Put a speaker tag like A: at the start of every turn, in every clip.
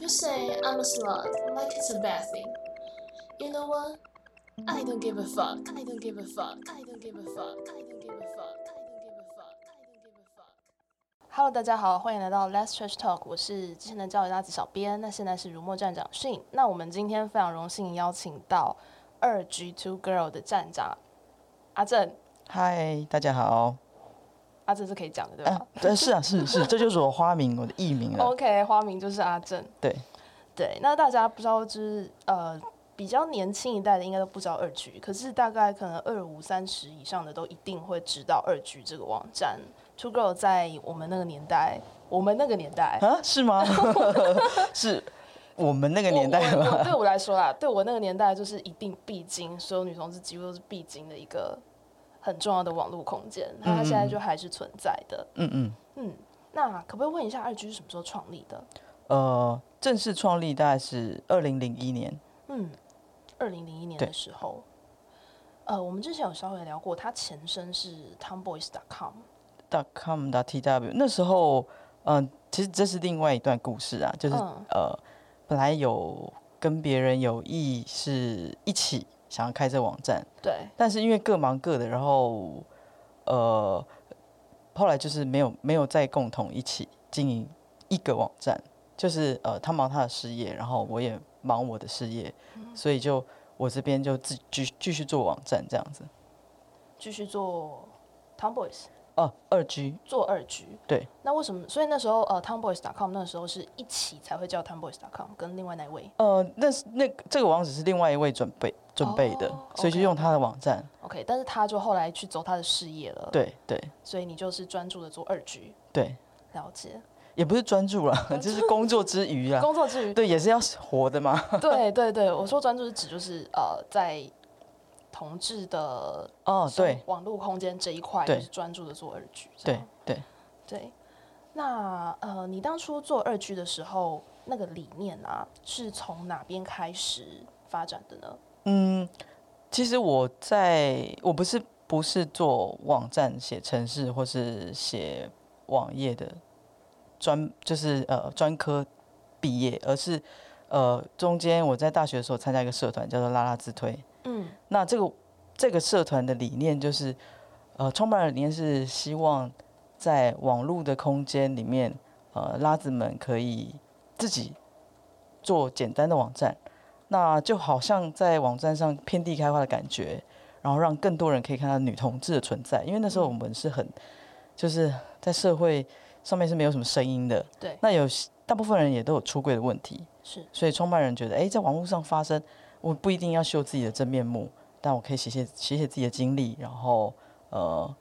A: just say I'm a slut, like it's a bad thing. You know what? I don't give a fuck. I don't give a fuck. I don't give a fuck. I don't give a fuck. I don't give a fuck. I don't give a fuck.
B: Hello，大家好，欢迎来到 Let's Church Talk，我是之前的教育垃圾小编，那现在是如墨站长训。那我们今天非常荣幸邀请到二 G Two Girl 的站长阿正，
C: 嗨，大家好。
B: 阿正是可以讲的对吧、哦
C: 啊，对，是啊，是是，这就是我花名，我的艺名了。
B: o k 花名就是阿正。
C: 对
B: 对，那大家不知道就是呃。比较年轻一代的应该都不知道二 G，可是大概可能二五三十以上的都一定会知道二 G 这个网站。Two Girl 在我们那个年代，我们那个年代，
C: 啊，是吗？ 是我们那个年代
B: 我我我
C: 吗？
B: 对我来说啦，对我那个年代就是一定必经，所有女同志几乎都是必经的一个很重要的网络空间，那它现在就还是存在的。
C: 嗯嗯，
B: 嗯，那可不可以问一下，二 G 是什么时候创立的？
C: 呃，正式创立大概是二零零一年。
B: 嗯，二零零一年
C: 对
B: 的时候。呃，我们之前有稍微聊过，它前身是 Tomboys.com。
C: dot com dot tw 那时候，嗯、其实这是另外一段故事啊，就是、
B: 嗯
C: 呃，本来有跟别人有意是一起想要开这网站，
B: 对，
C: 但是因为各忙各的，然后呃，后来就是没有没有再共同一起经营一个网站，就是呃，他忙他的事业，然后我也忙我的事业，所以就我这边就自继继续做网站这样子。
B: 继续做 Tomboys，
C: 哦，二 G
B: 做二 G。
C: 对，
B: 那为什么？所以那时候呃，Tomboys.com 那时候是一起才会叫 Tomboys.com，跟另外那一位
C: 呃，那是那个这个网址是另外一位准备准备的，
B: 哦
C: 所以就
B: OK，
C: 用他的网站。
B: OK，但是他就后来去走他的事业了，，
C: 对对
B: 所以你就是专注的做二 G，
C: 对，
B: 了解。
C: 也不是专注 啦，就是工作之余啊啦。
B: 工作之余，
C: 对，也是要活的嘛。
B: 对对对，我说专注是指就是呃，在同志的
C: 哦，
B: 生
C: 对
B: 网络空间这一块，就
C: 对
B: 是专注的做二 G，这
C: 对
B: 样
C: 对，
B: 对。那呃，你当初做二 G 的时候，那个理念啊，是从哪边开始发展的呢？
C: 嗯，其实我在我不是不是做网站写程式或是写网页的专，就是呃专科毕业，而是呃中间我在大学的时候参加一个社团叫做拉拉自推，
B: 嗯
C: 那这个这个社团的理念就是，呃，创办人的理念是希望在网络的空间里面，呃，拉子们可以自己做简单的网站，那就好像在网站上遍地开花的感觉，然后让更多人可以看到女同志的存在，因为那时候我们是很，就是在社会上面是没有什么声音的，
B: 对
C: 那有些大部分人也都有出柜的问题，
B: 是
C: 所以创办人觉得，哎、在网络上发声，我不一定要秀自己的真面目，但我可以写写写写自己的经历，然后呃，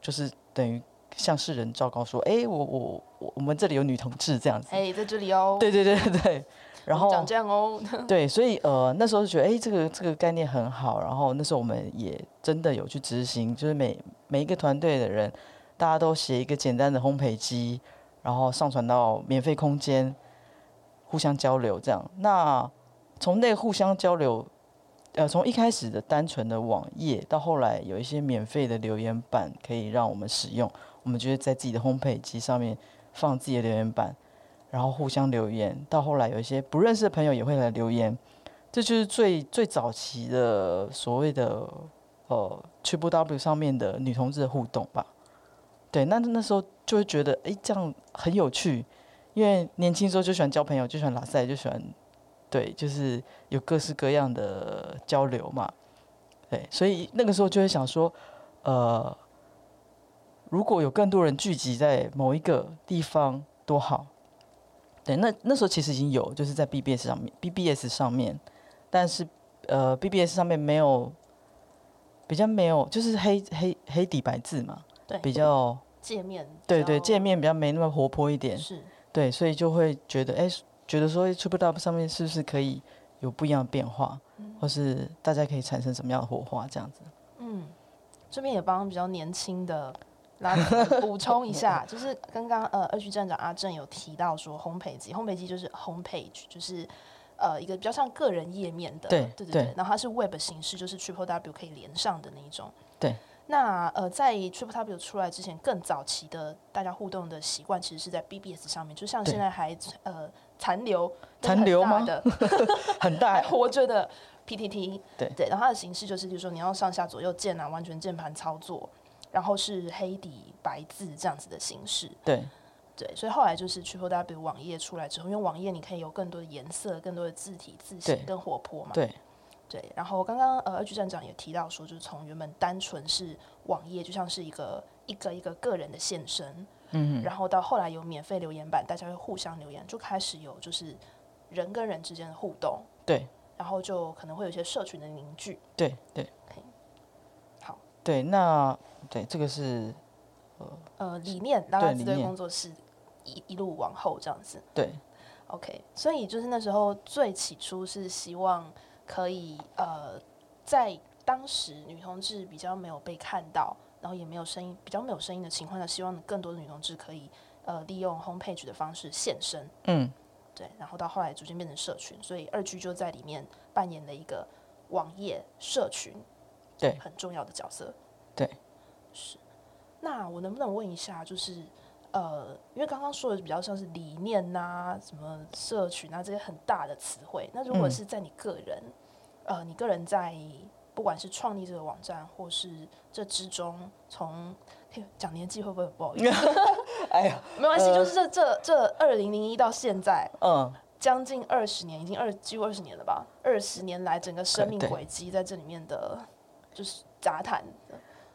C: 就是等于向世人昭告说，哎、我我我我们这里有女同志这样子，
B: 哎、在这里哦，
C: 对对对对 对，然
B: 我们
C: 后
B: 长这样哦，
C: 对，所以呃那时候就觉得，哎、这个这个概念很好，然后那时候我们也真的有去执行，就是每每一个团队的人，大家都写一个简单的烘焙机，然后上传到免费空间，互相交流这样。那从那个互相交流，呃，从一开始的单纯的网页，到后来有一些免费的留言板可以让我们使用，我们就会在自己的烘焙机上面放自己的留言板，然后互相留言。到后来有一些不认识的朋友也会来留言，这就是最最早期的所谓的呃 Triple W 上面的女同志的互动吧。对，那那时候就会觉得，哎，这样很有趣，因为年轻时候就喜欢交朋友，就喜欢拉塞，就喜欢，对，就是有各式各样的交流嘛。对，所以那个时候就会想说，呃，如果有更多人聚集在某一个地方，多好。对，那那时候其实已经有，就是在 BBS 上面，BBS 上面，但是呃，BBS 上面没有，比较没有，就是黑黑黑底白字嘛，
B: 对
C: 比较
B: 界面，
C: 对对，
B: 比较
C: 界面比较没那么活泼一点，
B: 是
C: 对，所以就会觉得，哎、觉得说 Triple Up 上面是不是可以有不一样的变化，或是大家可以产生什么样的火花这 样子？
B: 嗯，这边也帮比较年轻的拉子补充一下， 就是刚刚呃二区站长阿正有提到说烘焙机，烘焙机就是 homepage，就是呃一个比较像个人页面的，
C: 对
B: 对对
C: 对
B: 然后它是 web 形式，就是 triple W 可以连上的那一种，
C: 对
B: 那呃，在 Triple Top 有出来之前，更早期的大家互动的习惯，其实是在 BBS 上面，就像
C: 对
B: 现在还呃残留
C: 残留吗
B: 的
C: 很
B: 还
C: 大，
B: 活着的 PTT，
C: 哎对
B: 对，然后它的形式就是，比如说你要上下左右键啊，完全键盘操作，然后是黑底白字这样子的形式。
C: 对，
B: 对，所以后来就是 Triple W 网页出来之后，因为网页你可以有更多的颜色、更多的字体、字
C: 对
B: 形更活泼嘛。
C: 对
B: 对然后刚刚呃，二局站长也提到说，就是从原本单纯是网页，就像是一个一个一个个人的现身，嗯，然后到后来有免费留言板，大家会互相留言，就开始有就是人跟人之间的互动，
C: 对
B: 然后就可能会有一些社群的凝聚。
C: 对对
B: OK，好，
C: 对，那对这个是
B: 呃，理念拉拉
C: 对理
B: 支队
C: 念
B: 工作室一一路往后这样子。
C: 对
B: OK，所以就是那时候最起初是希望可以呃，在当时女同志比较没有被看到，然后也没有声音，比较没有声音的情况下，希望更多的女同志可以呃利用 homepage 的方式现身，
C: 嗯
B: 对，然后到后来逐渐变成社群，所以二居就在里面扮演了一个网页社群
C: 对
B: 很重要的角色。
C: 对，
B: 是。那我能不能问一下，就是呃，因为刚刚说的比较像是理念呐、什么社群啊这些很大的词汇，那如果
C: 嗯
B: 是在你个人，呃，你个人在不管是创立这个网站，或是这之中从。嘿讲年纪会不会很不好意思？
C: 哎呀
B: 没关系，
C: 呃
B: 就是这这这二零零一到现在，
C: 嗯
B: 将近二十年，已经二几乎二十年了吧？二十年来，整个生命
C: 对
B: 轨迹在这里面的，就是杂谈。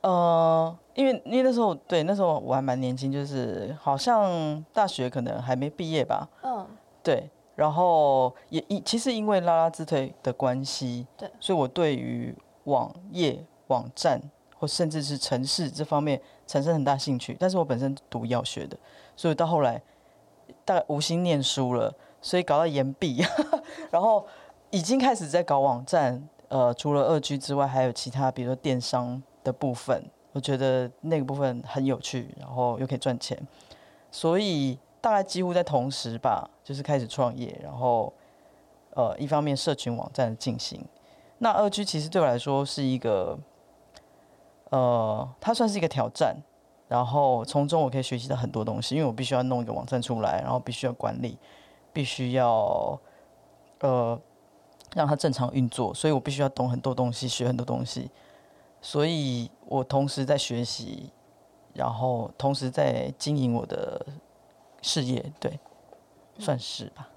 C: 呃，因为因为那时候对那时候我还蛮年轻，就是好像大学可能还没毕业吧，
B: 嗯，
C: 对，然后也因其实因为拉拉之腿的关系，
B: 对
C: 所以我对于网页、网站或甚至是城市这方面产生很大兴趣。但是我本身读药学的，所以到后来大概无心念书了，所以搞到研毕， 然后已经开始在搞网站。呃，除了二 G 之外，还有其他，比如说电商的部分，我觉得那个部分很有趣，然后又可以赚钱，所以大概几乎在同时吧，就是开始创业，然后呃，一方面社群网站的进行，那二 G 其实对我来说是一个，呃，它算是一个挑战，然后从中我可以学习到很多东西，因为我必须要弄一个网站出来，然后必须要管理，必须要呃让它正常运作，所以我必须要懂很多东西，学很多东西，所以我同时在学习，然后同时在经营我的事业，对，算是吧。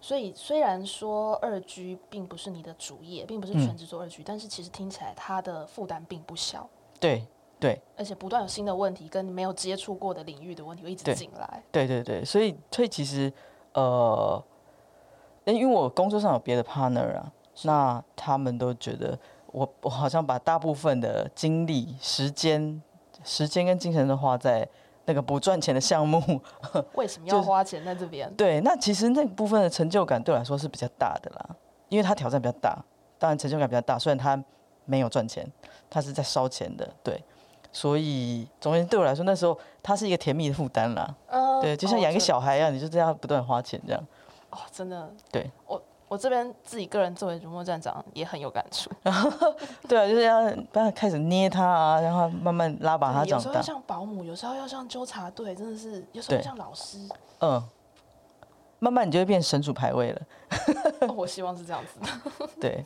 B: 所以虽然说二居并不是你的主业，并不
C: 嗯
B: 是全职做二居，但是其实听起来它的负担并不小，
C: 对，对，
B: 而且不断有新的问题跟你没有接触过的领域的问题会一直
C: 对
B: 进来。
C: 对对对，所以所以其实呃，诶因为我工作上有别的 partner 啊，那他们都觉得我我好像把大部分的精力、时间、时间跟精神都花在那个不赚钱的项目。
B: 为什么
C: 就
B: 要
C: 是
B: 花钱在这边？
C: 对，那其实那部分的成就感对我来说是比较大的啦，因为它挑战比较大，当然成就感比较大，虽然它没有赚钱，它是在烧钱的，对。所以，总而言之，对我来说，那时候它是一个甜蜜的负担啦。
B: 嗯
C: 对，就像
B: 哦
C: 养一个
B: 这
C: 小孩一样，你就这样不断地花钱这样。
B: 哦，真的，
C: 对
B: 我我这边自己个人作为如墨站长也很有感触，
C: 对啊，就是要不要开始捏它啊，让它慢慢拉拔它
B: 有
C: 长
B: 时候
C: 大
B: 要。像保姆，有时候要像纠察队，真的是有时候
C: 对
B: 要像老师、
C: 嗯，慢慢你就会变神主牌位了。
B: 哦我希望是这样子的。
C: 对，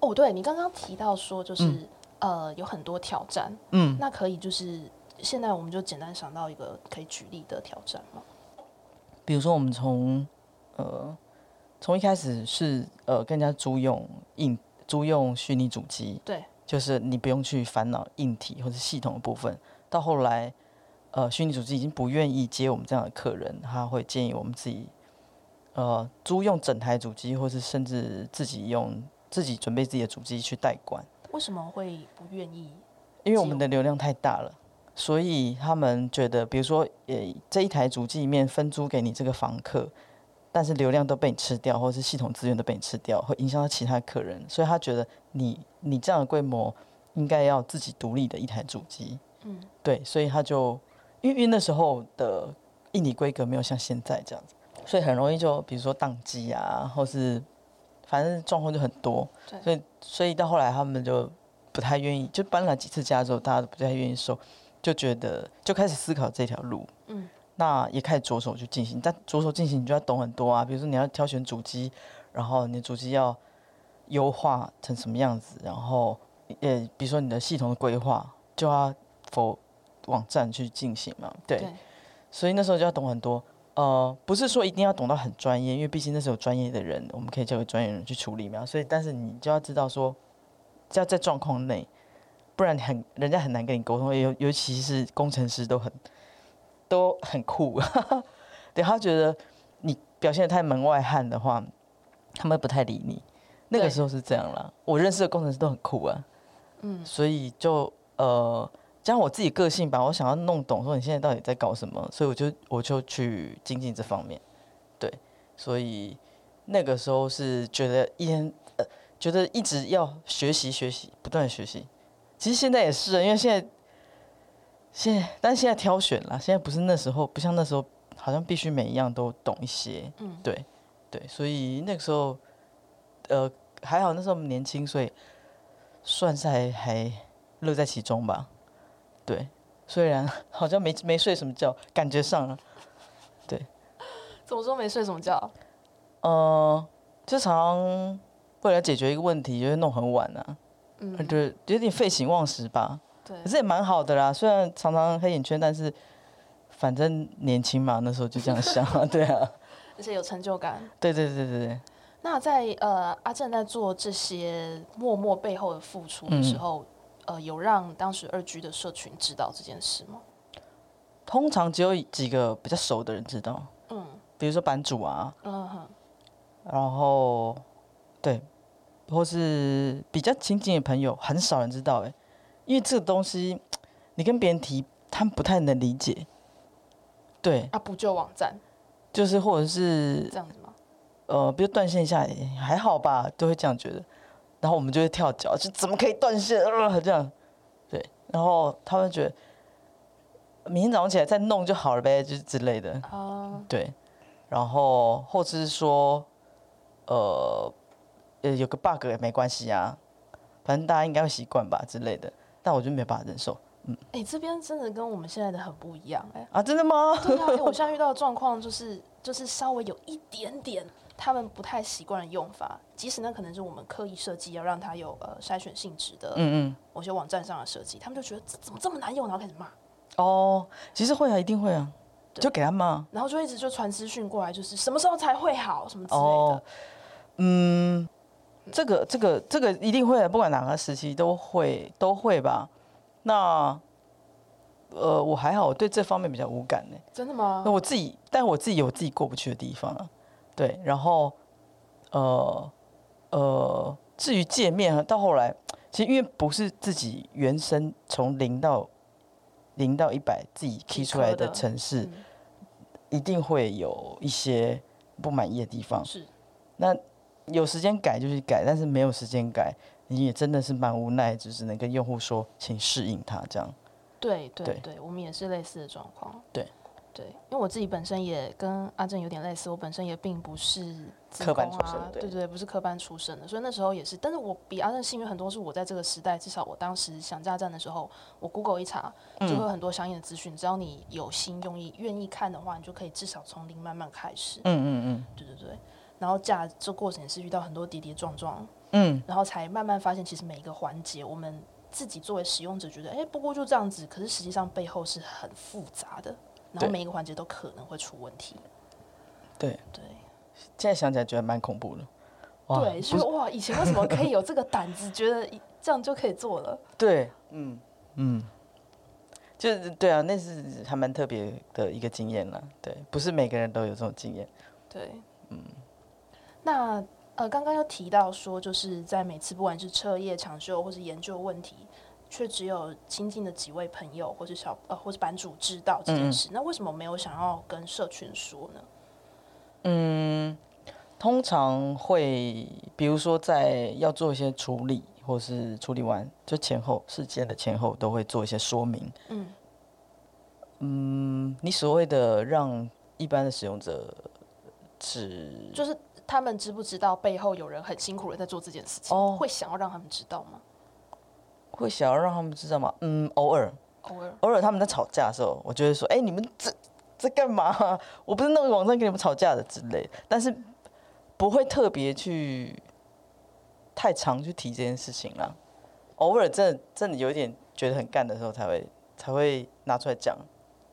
B: 哦，对你刚刚提到说，就是、呃，有很多挑战，
C: 嗯，
B: 那可以就是现在我们就简单想到一个可以举例的挑战嘛。
C: 比如说我们从呃从一开始是呃跟人家租用硬租用虚拟主机，
B: 对，
C: 就是你不用去烦恼硬体或者系统的部分。到后来，呃，虚拟主机已经不愿意接我们这样的客人，他会建议我们自己呃租用整台主机，或是甚至自己用自己准备自己的主机去代管。
B: 为什么会不愿意？
C: 因为我们的流量太大了，所以他们觉得，比如说，呃，这一台主机里面分租给你这个房客，但是流量都被你吃掉，或者是系统资源都被你吃掉，会影响到其他客人，所以他觉得你你这样的规模应该要自己独立的一台主机。
B: 嗯，
C: 对，所以他就因为因为那时候的印尼规格没有像现在这样子，所以很容易就比如说宕机啊，或是反正状况就很多。
B: 对
C: 所以所以到后来他们就不太愿意，就搬了几次家之后，大家都不太愿意收，就觉得就开始思考这条路。
B: 嗯，
C: 那也开始着手去进行，但着手进行你就要懂很多啊，比如说你要挑选主机，然后你的主机要优化成什么样子，然后呃，比如说你的系统的规划就要否网站去进行嘛，对。
B: 对
C: 所以那时候就要懂很多。呃，不是说一定要懂到很专业，因为毕竟那是有专业的人，我们可以交给专业人去处理嘛。所以，但是你就要知道说，要在状况内，不然你很人家很难跟你沟通。尤尤其是工程师都很都很酷， 对他觉得你表现的太门外汉的话，他们不太理你。那个
B: 对
C: 时候是这样啦，我认识的工程师都很酷啊，嗯，所以就呃，加上我自己个性吧，我想要弄懂说你现在到底在搞什么，所以我就我就去精进这方面。对，所以那个时候是觉得一天呃，觉得一直要学习学习，不断地学习。其实现在也是啊，因为现在现在，但是现在挑选啦，现在不是那时候，不像那时候，好像必须每一样都懂一些。
B: 嗯，
C: 对对，所以那个时候，呃，还好那时候我们年轻，所以算是还还乐在其中吧。对，虽然好像没没睡什么觉，感觉上啊了，
B: 怎么说没睡什么觉？
C: 呃，就常常为了解决一个问题，就会弄很晚啊，
B: 嗯，
C: 就是有点废寝忘食吧。
B: 对
C: 可，是也蛮好的啦，虽然常常黑眼圈，但是反正年轻嘛，那时候就这样想啊， 对啊，
B: 而且有成就感。
C: 对对对对对，
B: 那在呃阿正在做这些默默背后的付出的
C: 嗯
B: 时候，呃，有让当时二居的社群知道这件事吗？
C: 通常只有几个比较熟的人知道，
B: 嗯
C: 比如说版主啊，
B: 嗯哼，
C: 然后对，或是比较亲近的朋友，很少人知道哎、因为这个东西你跟别人提，他们不太能理解，对，
B: 啊，补救网站
C: 就是或者是
B: 这样子吗？
C: 呃，比如断线一下也还好吧，都会这样觉得。然后我们就会跳脚，就怎么可以断线啊、这样，对。然后他们觉得明天早上起来再弄就好了呗，就是之类的，
B: 啊，
C: 对。然后或者是说，呃，呃，有个 bug 也没关系啊，反正大家应该会习惯吧之类的。但我就没办法忍受
B: 哎、这边真的跟我们现在的很不一样哎、
C: 啊！真的吗？
B: 对啊，欸我现在遇到的状况就是，就是稍微有一点点他们不太习惯的用法，即使那可能是我们刻意设计要让它有呃筛选性质的
C: 嗯嗯。
B: 某些网站上的设计，他们就觉得这怎么这么难用，然后开始骂，
C: 哦，其实会啊，一定会啊，
B: 对
C: 就给他骂。
B: 然后就一直就传资讯过来，就是什么时候才会好什么之类的。
C: 哦嗯，这个这个这个一定会的，不管哪个时期都会都会吧。那呃，我还好，我对这方面比较无感呢、
B: 真的吗
C: 那？我自己，但我自己有自己过不去的地方啊。对，然后呃呃，至于界面啊，到后来，其实因为不是自己原生从零到零到一百自己 key 出来
B: 刻
C: 的
B: 的
C: 城市，
B: 嗯
C: 一定会有一些不满意的地方。
B: 是
C: 那有时间改就去改，但是没有时间改，你也真的是蛮无奈，只是能跟用户说，请适应它这样。
B: 对对
C: 对
B: 对，我们也是类似的状况。
C: 对
B: 对，因为我自己本身也跟阿正有点类似，我本身也并不是自
C: 科班
B: 工
C: 出身
B: 啊，
C: 对
B: 对对，不是科班出身的，所以那时候也是，但是我比阿正幸运很多，是我在这个时代，至少我当时想加站的时候，我 Google 一查，
C: 嗯
B: 就会有很多相应的资讯，只要你有心用意、愿意看的话，你就可以至少从零慢慢开始。
C: 嗯嗯
B: 对对对，然后架这过程也是遇到很多跌跌撞撞，
C: 嗯
B: 然后才慢慢发现，其实每一个环节，我们自己作为使用者觉得，哎，不过就这样子，可是实际上背后是很复杂的，然后
C: 对
B: 每一个环节都可能会出问题。
C: 对
B: 对
C: 嗯，现在想起来觉得蛮恐怖的。哇
B: 对，
C: 不
B: 就是是哇，以前为什么可以有 这个胆子，觉得一这样就可以做了？
C: 对，嗯嗯，就是对啊，那是还蛮特别的一个经验啦。对，不是每个人都有这种经验。
B: 对，嗯，那呃，刚刚又提到说，就是在每次不管是彻夜抢修或是研究问题，却只有亲近的几位朋友或是小呃或是版主知道这
C: 嗯
B: 件事，那为什么没有想要跟社群说呢？
C: 通常会，比如说在要做一些处理，或是处理完就前后事件的前后都会做一些说明。
B: 嗯
C: 嗯，你所谓的让一般的使用者只
B: 就是他们知不知道背后有人很辛苦的在做这件事情，
C: 哦
B: 会想要让他们知道吗？
C: 会想要让他们知道吗？嗯，偶尔，
B: 偶尔
C: 偶尔他们在吵架的时候，我就会说：“哎、你们这在干嘛？ 我不是那个网站跟你们吵架的之类的。”但是不会特别去太常去提这件事情啦。偶尔真的真的有一点觉得很干的时候，才会才会拿出来讲，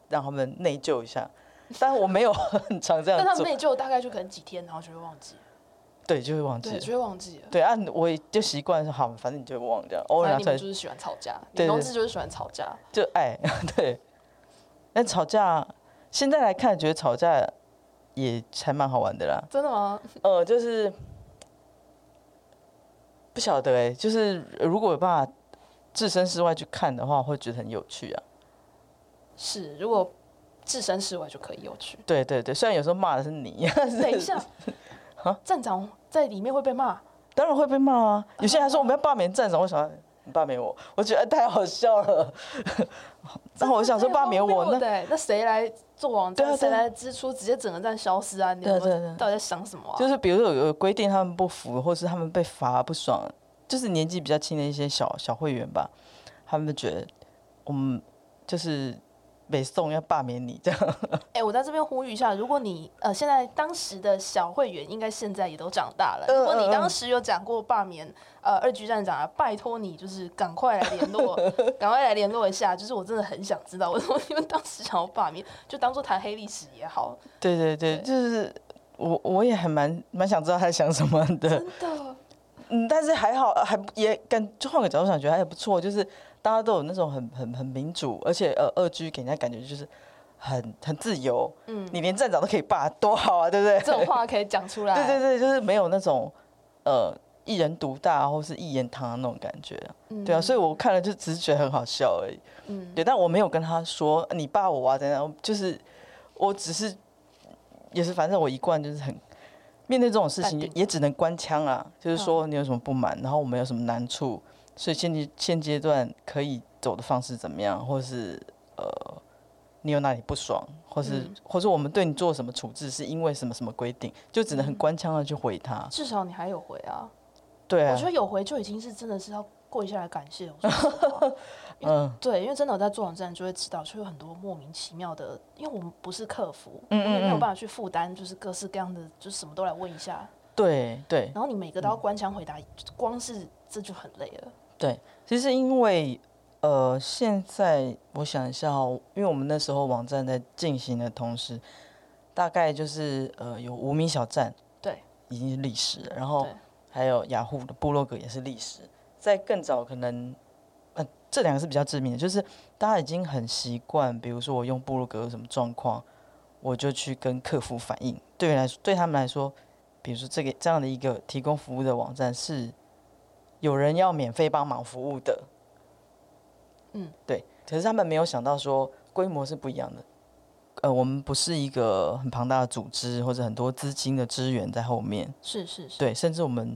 C: 让他们内疚一下。但我没有很常 这
B: 但
C: 样
B: 他们
C: 做，
B: 内疚大概就可能几天，然后就会忘记了，
C: 对，就会忘记
B: 对，。就会忘记了。
C: 对啊，我也就习惯说好，反正你就会忘掉，偶尔
B: 反正你
C: 拿出来
B: 们就是喜欢吵架，女
C: 对
B: 同
C: 对
B: 志就是喜欢吵架，
C: 就爱， 对。但吵架现在来看，觉得吵架也还蛮好玩的啦。
B: 真的吗？
C: 呃，就是不晓得哎、就是如果有办法置身事外去看的话，会觉得很有趣啊。
B: 是，如果置身事外就可以有 趣。
C: 对对对，虽然有时候骂的是你， 但是
B: 等一下，站长在里面会被骂，
C: 当然会被骂啊。有些人还说我们要罢免站长，为什么你罢免我？我觉得、哎太好笑了。 然后我想说罢免我，那
B: 对，欸那谁来做网
C: 对
B: 站？
C: 啊
B: 谁
C: 对啊
B: 来支出？直接整个站消失啊！你
C: 对啊
B: 们
C: 对啊对啊
B: 到底在想什么啊？
C: 就是比如说有有规定他们不服，或是他们被罚不爽，就是年纪比较轻的一些小小会员吧，他们觉得我们就是北宋要罢免你这样。
B: 哎、我在这边呼吁一下，如果你呃现在当时的小会员，应该现在也都长大了。
C: 嗯
B: 如果你
C: 嗯
B: 当
C: 嗯
B: 时有讲过罢免呃二局站长啊，拜托你就是赶快来联 络，赶快来联络一下。就是我真的很想知道，为什么你们当时想要罢免，就当做谈黑历史也好。
C: 对对对，
B: 对
C: 就是我我也还蛮蛮想知道他在想什么的
B: 真。的，
C: 嗯，但是还好，还不也感就换个角度想，觉得还不错，就是大家都有那种很很很民主，而且呃二居给人家感觉就是很很自由，
B: 嗯，
C: 你连站长都可以罢，多好啊，对不对？
B: 这种话可以讲出来。
C: 对对对，就是没有那种呃一人独大或是一言堂的那种感觉。
B: 嗯
C: 对啊，所以我看了就只是觉得很好笑而已。
B: 嗯，
C: 对，但我没有跟他说你爸我啊等等，就是我只是也是反正我一贯就是很面对这种事情
B: 淡
C: 也
B: 定嗯
C: 也只能官腔啊，就是说你有什么不满，然后我们有什么难处，所以现阶现阶段可以走的方式怎么样，或是呃你有哪里不爽，或是、
B: 嗯
C: 或是我们对你做什么处置是因为什么什么规定，就只能
B: 嗯
C: 很官腔的去回他。
B: 至少你还有回啊。
C: 对
B: 我
C: 啊
B: 觉，得有回就已经是真的是要跪下来感谢。我说实 话
C: 嗯
B: 对，因为真的我在做网站就会知道，就有很多莫名其妙的，因为我们不是客服，
C: 嗯
B: 我们也没有
C: 嗯嗯
B: 办法去负担，就是各式各样的，就是什么都来问一下，
C: 对对，嗯
B: 然后你每个都要官腔回答，光是这就很累了。
C: 其实因为呃，现在我想一下哦，因为我们那时候网站在进行的同时，大概就是呃有无名小站，
B: 对，
C: 已经是历史了，然后
B: 对
C: 还有雅虎的部落格也是历史，在更早可能。呃，这两个是比较致命的，就是大家已经很习惯，比如说我用部落格有什么状况，我就去跟客服反映。对于来说，对他们来说，比如说这个这样的一个提供服务的网站是有人要免费帮忙服务的，
B: 嗯，
C: 对。可是他们没有想到说规模是不一样的，呃，我们不是一个很庞大的组织或者很多资金的支援在后面，
B: 是是是，
C: 对，甚至我们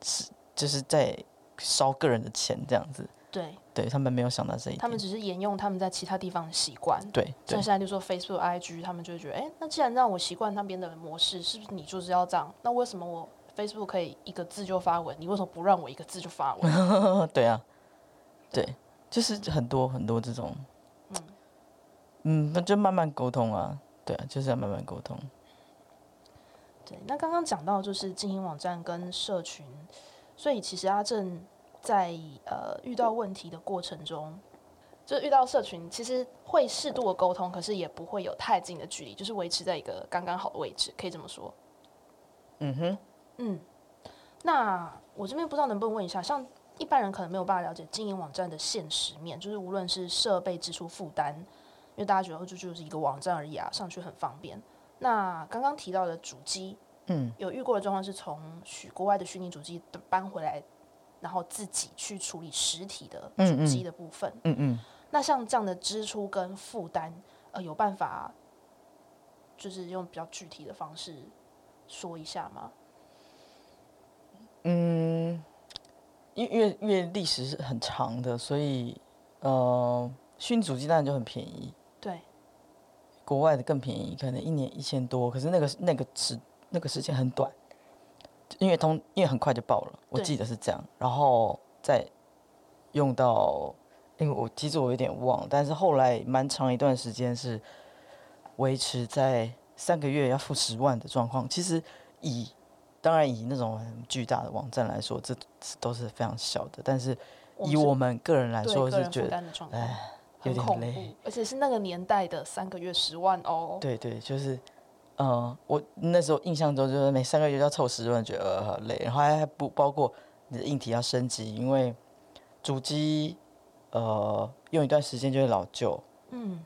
C: 是就是在烧个人的钱这样子，
B: 对
C: 对他们没有想到这一点，
B: 他们只是沿用他们在其他地方的习惯。
C: 对对
B: 像现在就说 Facebook、IG，他们就会觉得，哎、那既然让我习惯那边的模式，是不是你就是要这样？那为什么我 Facebook 可以一个字就发文，你为什么不让我一个字就发文？
C: 对啊，对，就是很多很多这种，嗯，那就慢慢沟通啊，对啊，就是要慢慢沟通。
B: 对，那刚刚讲到就是经营网站跟社群，所以其实阿正在呃遇到问题的过程中，就遇到社群，其实会适度的沟通，可是也不会有太近的距离，就是维持在一个刚刚好的位置，可以这么说。
C: 嗯哼，
B: 嗯，那我这边不知道能不能问一下，像一般人可能没有办法了解经营网站的现实面，就是无论是设备支出负担，因为大家觉得哦这就是一个网站而已啊，上去很方便。那刚刚提到的主机，
C: 嗯，
B: 有遇过的状况是从许国外的虚拟主机搬回来，然后自己去处理实体的
C: 嗯
B: 主机
C: 嗯
B: 的部分。
C: 嗯嗯，
B: 那像这样的支出跟负担，呃，有办法就是用比较具体的方式说一下吗？
C: 因因为因为历史是很长的，所以呃，虚拟主机当然就很便宜，
B: 对，
C: 国外的更便宜，可能一年一千多，可是那个那个时那个时间很短，因为通因为很快就爆了，我
B: 对
C: 记得是这样。然后在用到，因为我其实我有点忘，但是后来蛮长一段时间是维持在三个月要付十万的状况。其实以当然以那种很巨大的网站来说，这这都是非常小的，但是以我们个人来
B: 对
C: 说
B: 个
C: 是
B: 人
C: 觉
B: 负
C: 得，
B: 担的状况
C: 哎，有
B: 很
C: 点
B: 恐
C: 累
B: 怖，而且是那个年代的三个月十万哦。
C: 对对，就是。嗯，我那时候印象中就是每三个月要凑十万，觉得呃好累，然后还还不包括你的硬体要升级，因为主机呃用一段时间就会老旧，
B: 嗯，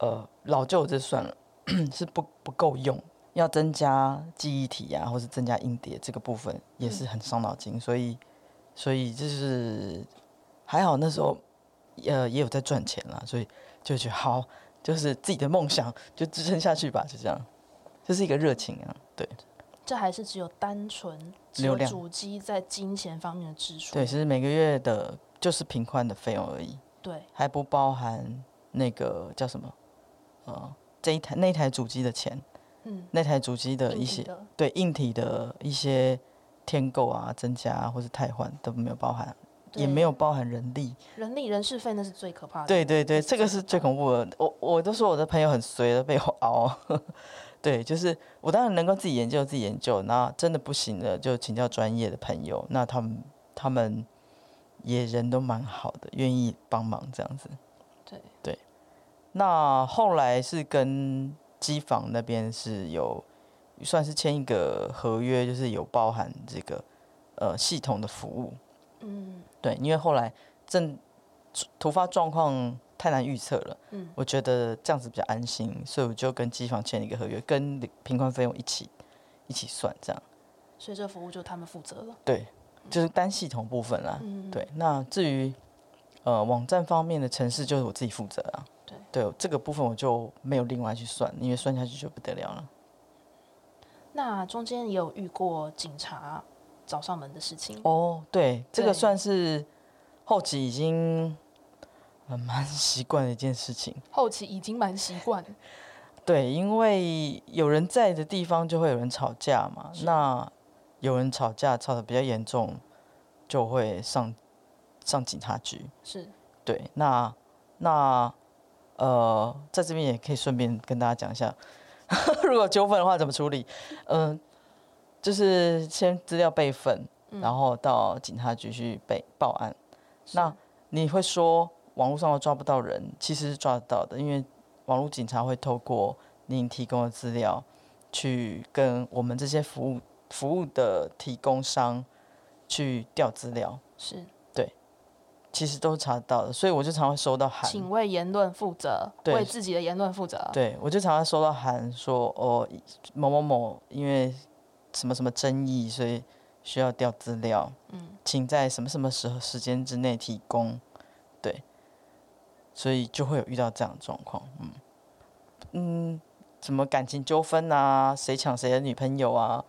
C: 呃老旧这算了， 是不不够用，要增加记忆体啊，或是增加硬碟这个部分也
B: 嗯
C: 是很伤脑筋，所以所以就是还好那时候呃也有在赚钱啦，所以就觉得好，就是自己的梦想就支撑下去吧，就这样，这是一个热情啊，对
B: 这还是只有单纯只
C: 流
B: 有
C: 量
B: 主机在金钱方面的支出。
C: 对，其实每个月的就是平宽的费用而已，
B: 对
C: 还不包含那个叫什么呃这一台那一台主机的钱，
B: 嗯，
C: 那台主机的
B: 硬
C: 一
B: 体
C: 些。
B: 的
C: 对硬体的一些添购啊、增加、啊、或是汰换都没有包含，也没
B: 对
C: 有包含人力。
B: 人力人事费，那是最可怕的。啊
C: 对对对，
B: 是
C: 这个是最恐怖的。我我都说我的朋友很衰的，被我熬。 对，就是我当然能够自己研究自己研究，那真的不行了就请教专业的朋友，那他们他们也人都蛮好的，愿意帮忙这样子。
B: 对
C: 那后来是跟机房那边是有算是签一个合约，就是有包含这个呃系统的服务。
B: 嗯
C: 对，因为后来正突发状况太难预测了，
B: 嗯
C: 我觉得这样子比较安心，所以我就跟机房签了一个合约，跟平宽费用一起一起算，这样
B: 所以这服务就他们负责了。
C: 对，就是单系统部分啦。
B: 嗯，
C: 对，那至于呃网站方面的城市，就是我自己负责啊。
B: 对
C: 这个部分我就没有另外去算，因为算下去就不得了了。
B: 那中间也有遇过警察找上门的事情。
C: 哦，对，这
B: 对
C: 个算是后期已经呃蛮习惯的一件事情。
B: 后期已经蛮习惯，
C: 对，因为有人在的地方就会有人吵架嘛，那有人吵架吵得比较严重，就会上上警察局。
B: 是
C: 对，那那呃，在这边也可以顺便跟大家讲一下， 如果有纠纷的话怎么处理？嗯、就是先资料备份，然后到警察局去备报案。那你会说网络上都抓不到人，其实是抓得到的，因为网络警察会透过您提供的资料，去跟我们这些服务服务的提供商去调资料。
B: 是，
C: 其实都查得到的，所以我就常会收到函，
B: 请为言论负责，
C: 对
B: 为自己的言论负责。
C: 对我就常常收到函说哦某某某因为什么什么争议，所以需要调资料，
B: 嗯，
C: 请在什么什么时候时间之内提供，对，所以就会有遇到这样的状况，嗯嗯，什么感情纠纷啊，谁抢谁的女朋友啊，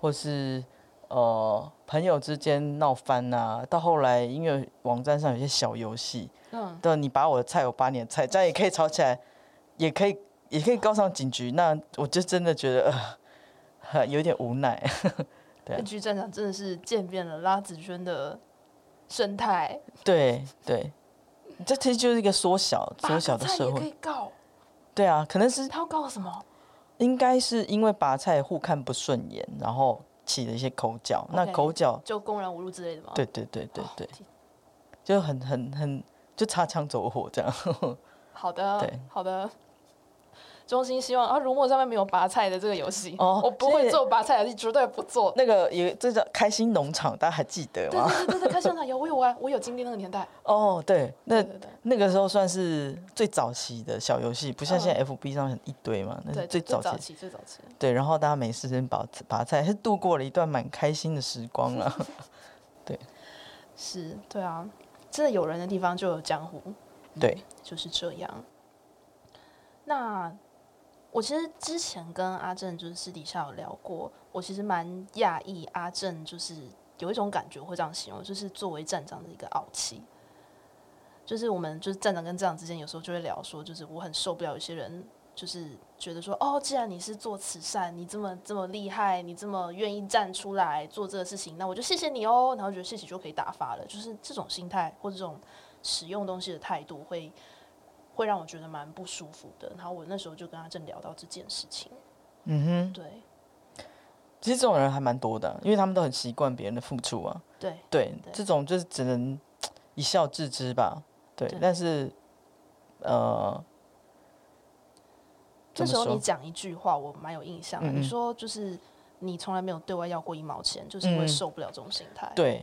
C: 或是呃朋友之间闹翻啊，到后来因为网站上有些小游戏，
B: 嗯，
C: 对，你把我的菜，我把你的菜，这样也可以吵起来，也可以也可以告上警局。那我就真的觉得、呃、有点无奈。 对
B: 那局站长真的是见遍了拉子轩的生态，
C: 对对，这其实就是一个缩小缩
B: 拔
C: 小
B: 个
C: 的
B: 菜
C: 社
B: 也可
C: 会。
B: 以告，
C: 对啊，可能是
B: 他要告什么？
C: 应该是因为拔菜互看不顺眼，然后起了一些口角。那
B: OK
C: 口角，
B: 就公然侮辱之类的吗？
C: 对对对对
B: 哦
C: 对，
B: 天
C: 就很很很就擦枪走火这样。
B: 好的
C: 对，
B: 好的。衷心希望啊，如墨上面没有拔菜的这个游戏，
C: 哦
B: 我不
C: 这
B: 会
C: 也
B: 做拔菜的，是绝 对不做。
C: 那个也这叫开心农场，大家还记得
B: 对
C: 吗？
B: 对对对对，开现场有，我有玩，我有经历那个年代。
C: 哦，对，那
B: 对对对，
C: 那个时候算是最早期的小游戏，不像
B: 嗯
C: 现在 FB 上很一堆嘛，那
B: 对
C: 是最早期
B: 早
C: 的。
B: 期最早期，
C: 对，然后大家没事先拔拔菜，是度过了一段蛮开心的时光了。
B: 是对啊，真的有人的地方就有江湖，
C: 对，
B: 就是这样。那我其实之前跟阿正就是私底下有聊过，我其实蛮讶异阿正就是有一种感觉会这样形容，就是作为站长的一个傲气。就是我们就是站长跟站长之间有时候就会聊说，就是我很受不了有些人就是觉得说，哦，既然你是做慈善，你这么这么厉害，你这么愿意站出来做这个事情，那我就谢谢你哦。然后觉得谢谢就可以打发了，就是这种心态或者这种使用东西的态度会，会让我觉得蛮不舒服的。然后我那时候就跟他正聊到这件事情，
C: 嗯哼，
B: 对
C: 其实这种人还蛮多的啊，因为他们都很习惯别人的付出啊。
B: 对，
C: 对，
B: 对
C: 这种就是只能一笑置之吧。对，
B: 对
C: 但是呃，
B: 这
C: 怎
B: 时候
C: 么
B: 你
C: 说？
B: 讲一句话，我蛮有印象的。
C: 嗯
B: 你
C: 嗯
B: 说就是你从来没有对外要过一毛钱，就是因
C: 嗯
B: 为
C: 嗯
B: 受不了这种心态。，
C: 对，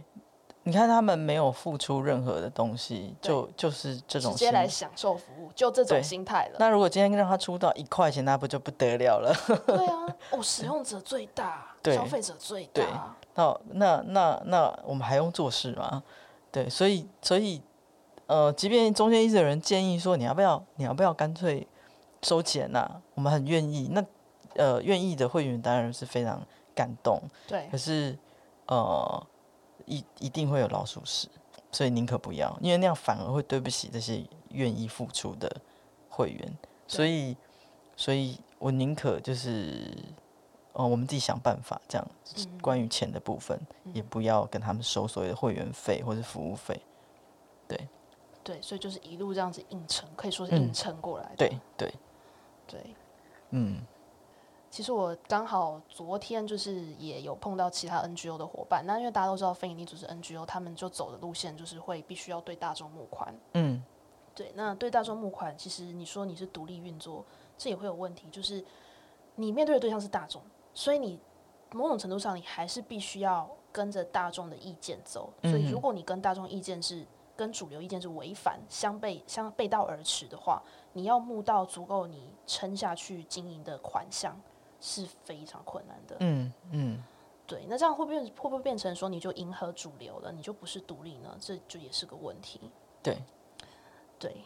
C: 你看他们没有付出任何的东西，
B: 对
C: 就就是这种
B: 直接来
C: 心
B: 享受服务，就这
C: 对
B: 种心态了。
C: 那如果今天让他出到一块钱，那不就不得了了？
B: 对啊，哦，使用者最大，
C: 对
B: 消费者最
C: 对
B: 大，
C: 那那那那我们还用做事吗？对，所以所以呃，即便中间一直有人建议说你要不要你要不要干脆收钱呐、我们很愿意。那呃，愿意的会员当然是非常感动，
B: 对
C: 可是呃，一一定会有老鼠屎，所以宁可不要，因为那样反而会对不起这些愿意付出的会员。所以，所以我宁可就是，呃，我们自己想办法这样。
B: 嗯，
C: 关于钱的部分，也不要跟他们收所谓的会员费或是服务费。
B: 对，所以就是一路这样子硬撑，可以说是硬
C: 嗯
B: 撑过来的。
C: 对对，
B: 对，
C: 嗯
B: 其实我刚好昨天就是也有碰到其他 NGO 的伙伴，那因为大家都知道非营利组织 NGO，他们就走的路线就是会必须要对大众募款。
C: 嗯，
B: 对，那对大众募款，其实你说你是独立运作，这也会有问题，就是你面对的对象是大众，所以你某种程度上你还是必须要跟着大众的意见走。所以如
C: 嗯
B: 果你跟大众意见是跟主流意见是违反、相背相背道而驰的话，你要募到足够你撑下去经营的款项是非常困难的。
C: 嗯嗯，
B: 对，那这样会不会会不会变成说你就迎合主流了，你就不是独立呢？这就也是个问题。
C: 对，
B: 对，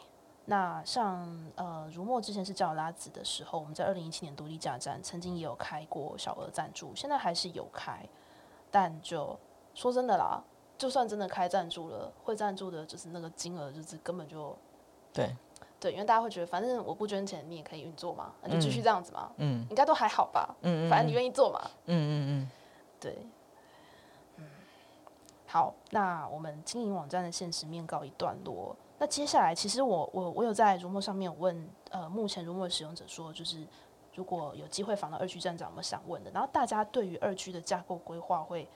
B: 那像呃，如墨之前是叫拉子的时候，我们在二零一七年独立架站曾经也有开过小额赞助，现在还是有开，但就说真的啦，就算真的开赞助了，会赞助的就是那个金额，就是根本就
C: 对，
B: 对，因为大家会觉得反正我不捐钱，你也可以运作嘛，那就继续
C: 嗯
B: 这样子嘛，
C: 嗯
B: 应该都还好吧，
C: 嗯嗯，
B: 反正你
C: 嗯
B: 愿意做嘛，
C: 嗯嗯
B: 对，嗯，好，那我们经营网站的现实面告一段落。那接下来，其实我我我有在如墨上面有问，呃，目前如墨的使用者说，就是如果有机会访到二区站长，有没有想问的？然后大家对于二区的架构规划会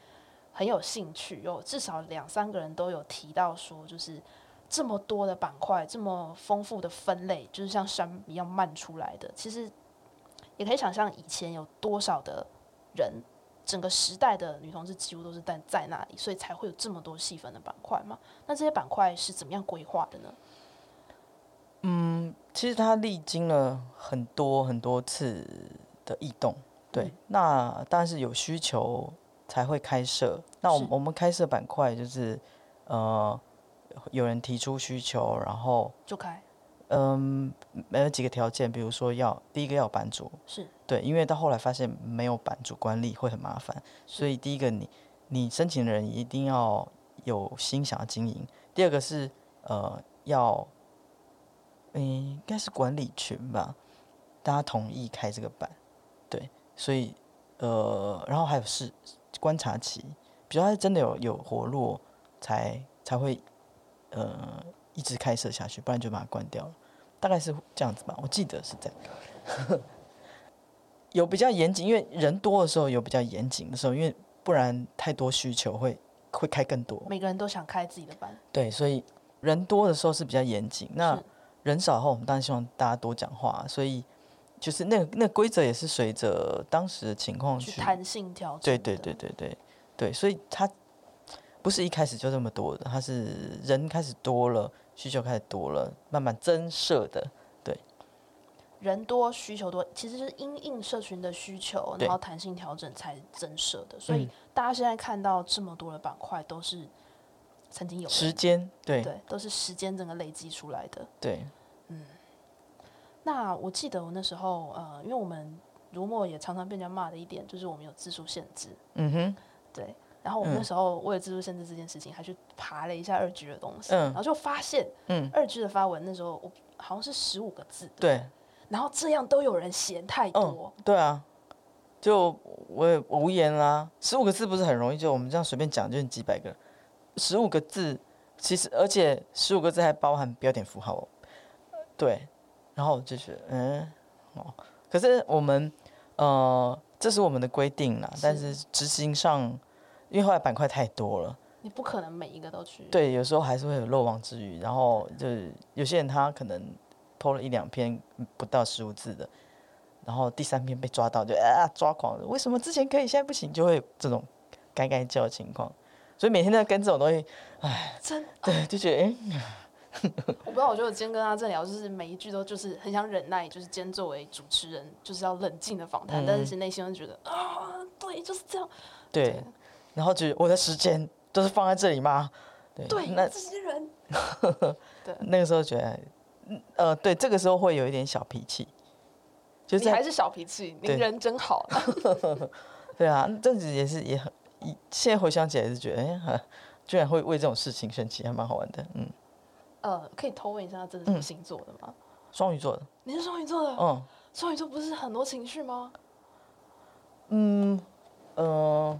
B: 很有兴趣，有至少两三个人都有提到说，就是这么多的板块，这么丰富的分类，就是像山一样漫出来的，其实也可以想象以前有多少的人整个时代的女同志几乎都是在在那里，所以才会有这么多细分的板块嘛。那这些板块是怎么样规划的呢？
C: 嗯，其实他历经了很多很多次的异动，对
B: 嗯，
C: 那当然是有需求才会开设。那我们
B: 是
C: 我们开设板块就是，呃，有人提出需求，然后
B: 就开
C: 嗯，没有几个条件，比如说要第一个要有版主，
B: 是
C: 对，因为到后来发现没有版主管理会很麻烦，所以第一个你你申请的人一定要有心想要经营，第二个是呃要，嗯，应该是管理群吧，大家同意开这个版，对，所以呃，然后还有是观察期，比如他真的有有活络才才会呃一直开设下去，不然就把它关掉了，大概是这样子吧，我记得是这样。 有比较严谨，因为人多的时候有比较严谨的时候，因为不然太多需求会会开更多。
B: 每个人都想开自己的班，
C: 对，所以人多的时候是比较严谨，那
B: 是
C: 人少的话，我们当然希望大家多讲话，所以就是那个那个规则也是随着当时的情况
B: 去
C: 去
B: 弹性调整。
C: 对对对，对对对，所以它不是一开始就这么多的，它是人开始多了，需求开始多了，慢慢增设的。
B: 人多需求多，其实就是因应社群的需求，
C: 对
B: 然后弹性调整才增设的。所
C: 嗯
B: 以大家现在看到这么多的板块，都是曾经有的
C: 时间，对
B: 对，都是时间整个累积出来的。
C: 对，
B: 那我记得我那时候，呃，因为我们如墨也常常被人家骂的一点，就是我们有字数限制。
C: 嗯哼，
B: 对，然后我们那
C: 嗯
B: 时候为了自助限制这件事情，还去爬了一下二 G 的东西，
C: 嗯
B: 然后就发现，
C: 嗯
B: 二 G 的发文那时候我好像是十五个字，
C: 对，
B: 然后这样都有人嫌太多
C: 嗯，，对啊，就我也无言啦。十五个字不是很容易，就我们这样随便讲就是几百个，十五个字，其实而且十五个字还包含标点符号、哦，对。然后我就觉得，嗯，哦，可是我们，呃，这是我们的规定啦，但是执行上，因为后来板块太多了，
B: 你不可能每一个都去。，
C: 对，有时候还是会有漏网之鱼。然后就是有些人他可能偷了一两篇不到十五字的，然后第三篇被抓到就啊抓狂了，为什么之前可以现在不行？就会有这种该该叫的情况。所以每天都在跟这种东西，
B: 真
C: 对，就觉得哎、
B: 我不知道，我觉得我今天跟阿正聊，就是每一句都就是很想忍耐，就是今天作为主持人就是要冷静的访谈，
C: 嗯
B: 但是内心就觉得啊，对，就是这样，
C: 对，然后觉得我的时间都是放在这里吗？对，
B: 对，
C: 那
B: 这些 人
C: 那个时候觉得，嗯呃，对，这个时候会有一点小脾气，就
B: 你
C: 在
B: 还是小脾气，你
C: 对
B: 人真好，
C: 对啊，这子也是也很，一现在回想起来是觉得，哎、哈居然会为这种事情生气，还蛮好玩的。嗯，
B: 呃，可以偷问一下，这是什么星座的吗？
C: 双鱼座的，
B: 你是双鱼座的，
C: 嗯
B: 双鱼座不是很多情绪吗？
C: 嗯呃，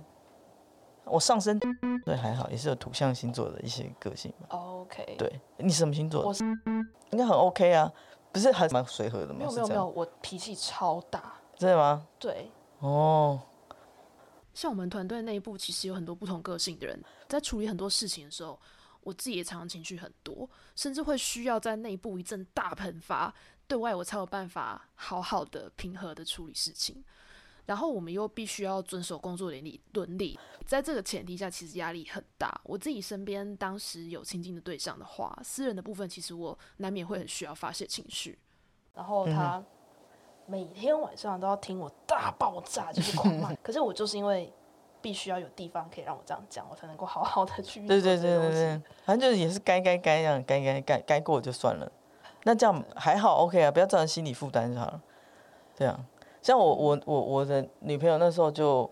C: 我上升对还好，也是有土象星座的一些个性吧。
B: 哦 OK，，
C: 对你什么星座的？
B: 我是
C: 应该很 OK 啊，不是还蛮随和的吗？
B: 没有
C: 是
B: 没有
C: 这
B: 没
C: 样
B: 有，我脾气超大，
C: 真的吗？
B: 对，
C: 哦，
A: 像我们团队内部其实有很多不同个性的人，在处理很多事情的时候，我自己也常常情绪很多，甚至会需要在内部一阵大喷发，对外我才有办法好好的平和的处理事情。然后我们又必须要遵守工作伦理伦理，在这个前提下，其实压力很大。我自己身边当时有亲近的对象的话，私人的部分，其实我难免会很需要发泄情绪。
B: 然后
C: 嗯
B: 他每天晚上都要听我大爆炸，就是狂 骂。可是我就是因为必须要有地方可以让我这样讲，我才能够好好的去运
C: 对
B: 作哦
C: 对
B: 这
C: 对
B: 些东
C: 对
B: 西
C: 对。，反正就是也是该该该这样，该该该该过就算了。那这样还好 OK 啊，不要造成心理负担就好了。对啊，像我我我我的女朋友那时候就，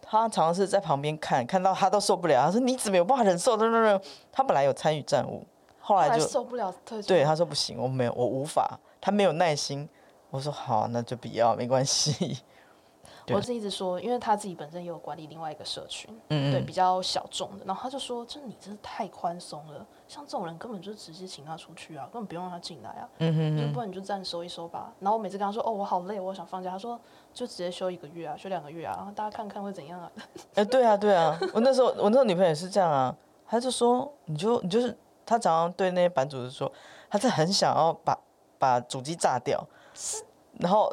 C: 她常常是在旁边看，看到她都受不了，她说你怎么有办法忍受？等 等等，她本来有参与战务，后
B: 后
C: 来
B: 来
C: 就
B: 受不了退出，
C: 对她说不行，我没有，我无法，她没有耐心。我说好，啊那就不要，没关系。对
B: 我是一直说，因为他自己本身也有管理另外一个社群，
C: 嗯
B: 对
C: 嗯
B: 比较小众的，然后他就说：“这你真是太宽松了，像这种人根本就直接请他出去啊，根本不用让他进来啊，
C: 嗯哼
B: 就
C: 哼
B: 不然你就这样收一收吧。”然后我每次跟他说：“哦，我好累，我想放假。”他说：“就直接休一个月啊，休两个月啊，然后大家看看会怎样啊。”
C: 哎、对啊，对啊，我那时候我那时候女朋友也是这样啊，她就说，你就你就是，她常常对那些版主就说，她是很想要把把主机炸掉，然后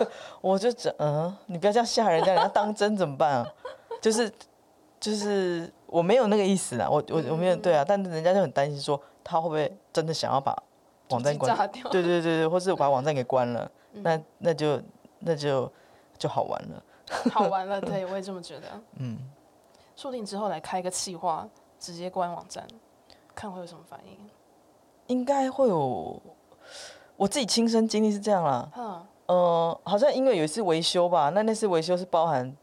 C: 我就讲，嗯，你不要这样吓人家，你要当真怎么办啊？就是就是我没有那个意思啦，我我我没有对啊，但是人家就很担心说，她会不会真的想要把网站
B: 机
C: 关
B: 炸掉嗯
C: 对对对对，或是把网站给关了，那那就那就就好玩了。
B: 好玩了，对我也这么觉得。 嗯，说不定之后来开一个企划，直接关网站，看会有什么反应。
C: 应该会有，我自己亲身经历是这样啦。
B: 嗯，
C: 呃，好像因为有一次维修吧，那那次维修是包含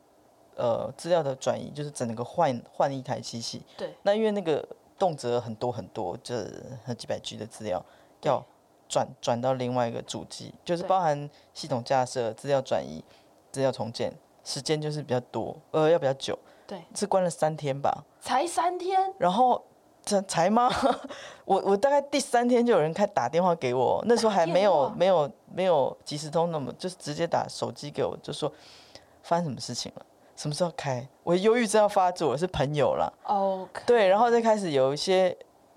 C: 呃资料的转移，就是整个换换一台机器。
B: 对。
C: 那因为那个动辄很多很多，就是很几百 G 的资料要转转到另外一个主机，就是
B: 对
C: 包含系统架设、资料转移、资料重建，时间就是比较多，呃，要比较久。
B: 对，
C: 是关了三天吧。
B: 才三天，
C: 然后才才吗？ 我我大概第三天就有人开打电话给我，那时候还没有
B: 打电话
C: 没有没有即时通那么，就是直接打手机给我，就说发生什么事情了，什么时候开？我忧郁症要发作了，是朋友啦。
B: OK，
C: 对，然后再开始有一些，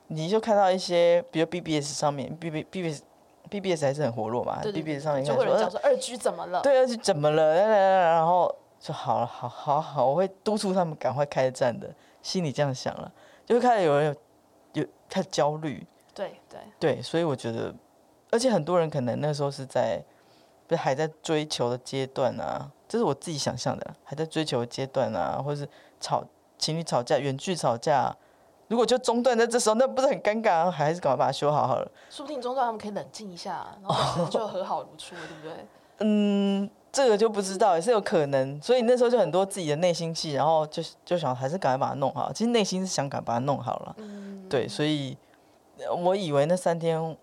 C: 你就看到一些，比如 BBS 上面，B B B B S B B S 还是很活络嘛
B: 对对
C: ，BBS 啊上面
B: 就
C: 开
B: 会
C: 始
B: 有人讲说
C: 说呃
B: 二居怎么了？
C: 对，而且怎么了？然后就好了，好好好，我会督促他们赶快开战的，心里这样想了，就会开始有人有有开始焦虑，
B: 对对
C: 对，所以我觉得，而且很多人可能那时候是在不是还在追求的阶段啊，这是我自己想象的，还在追求的阶段啊，或是吵情侣吵架、远距吵架。啊如果就中断在这时候，那不是很尴尬？啊还是赶快把它修好好了。
B: 说不定中断他们可以冷静一下，啊然后可能就和好如初了，对不对？
C: 嗯，这个就不知道，也是有可能。所以那时候就很多自己的内心戏，然后就就想还是赶快把它弄好。其实内心是想赶快把它弄好了，
B: 嗯，
C: 对。所以呃我以为那三天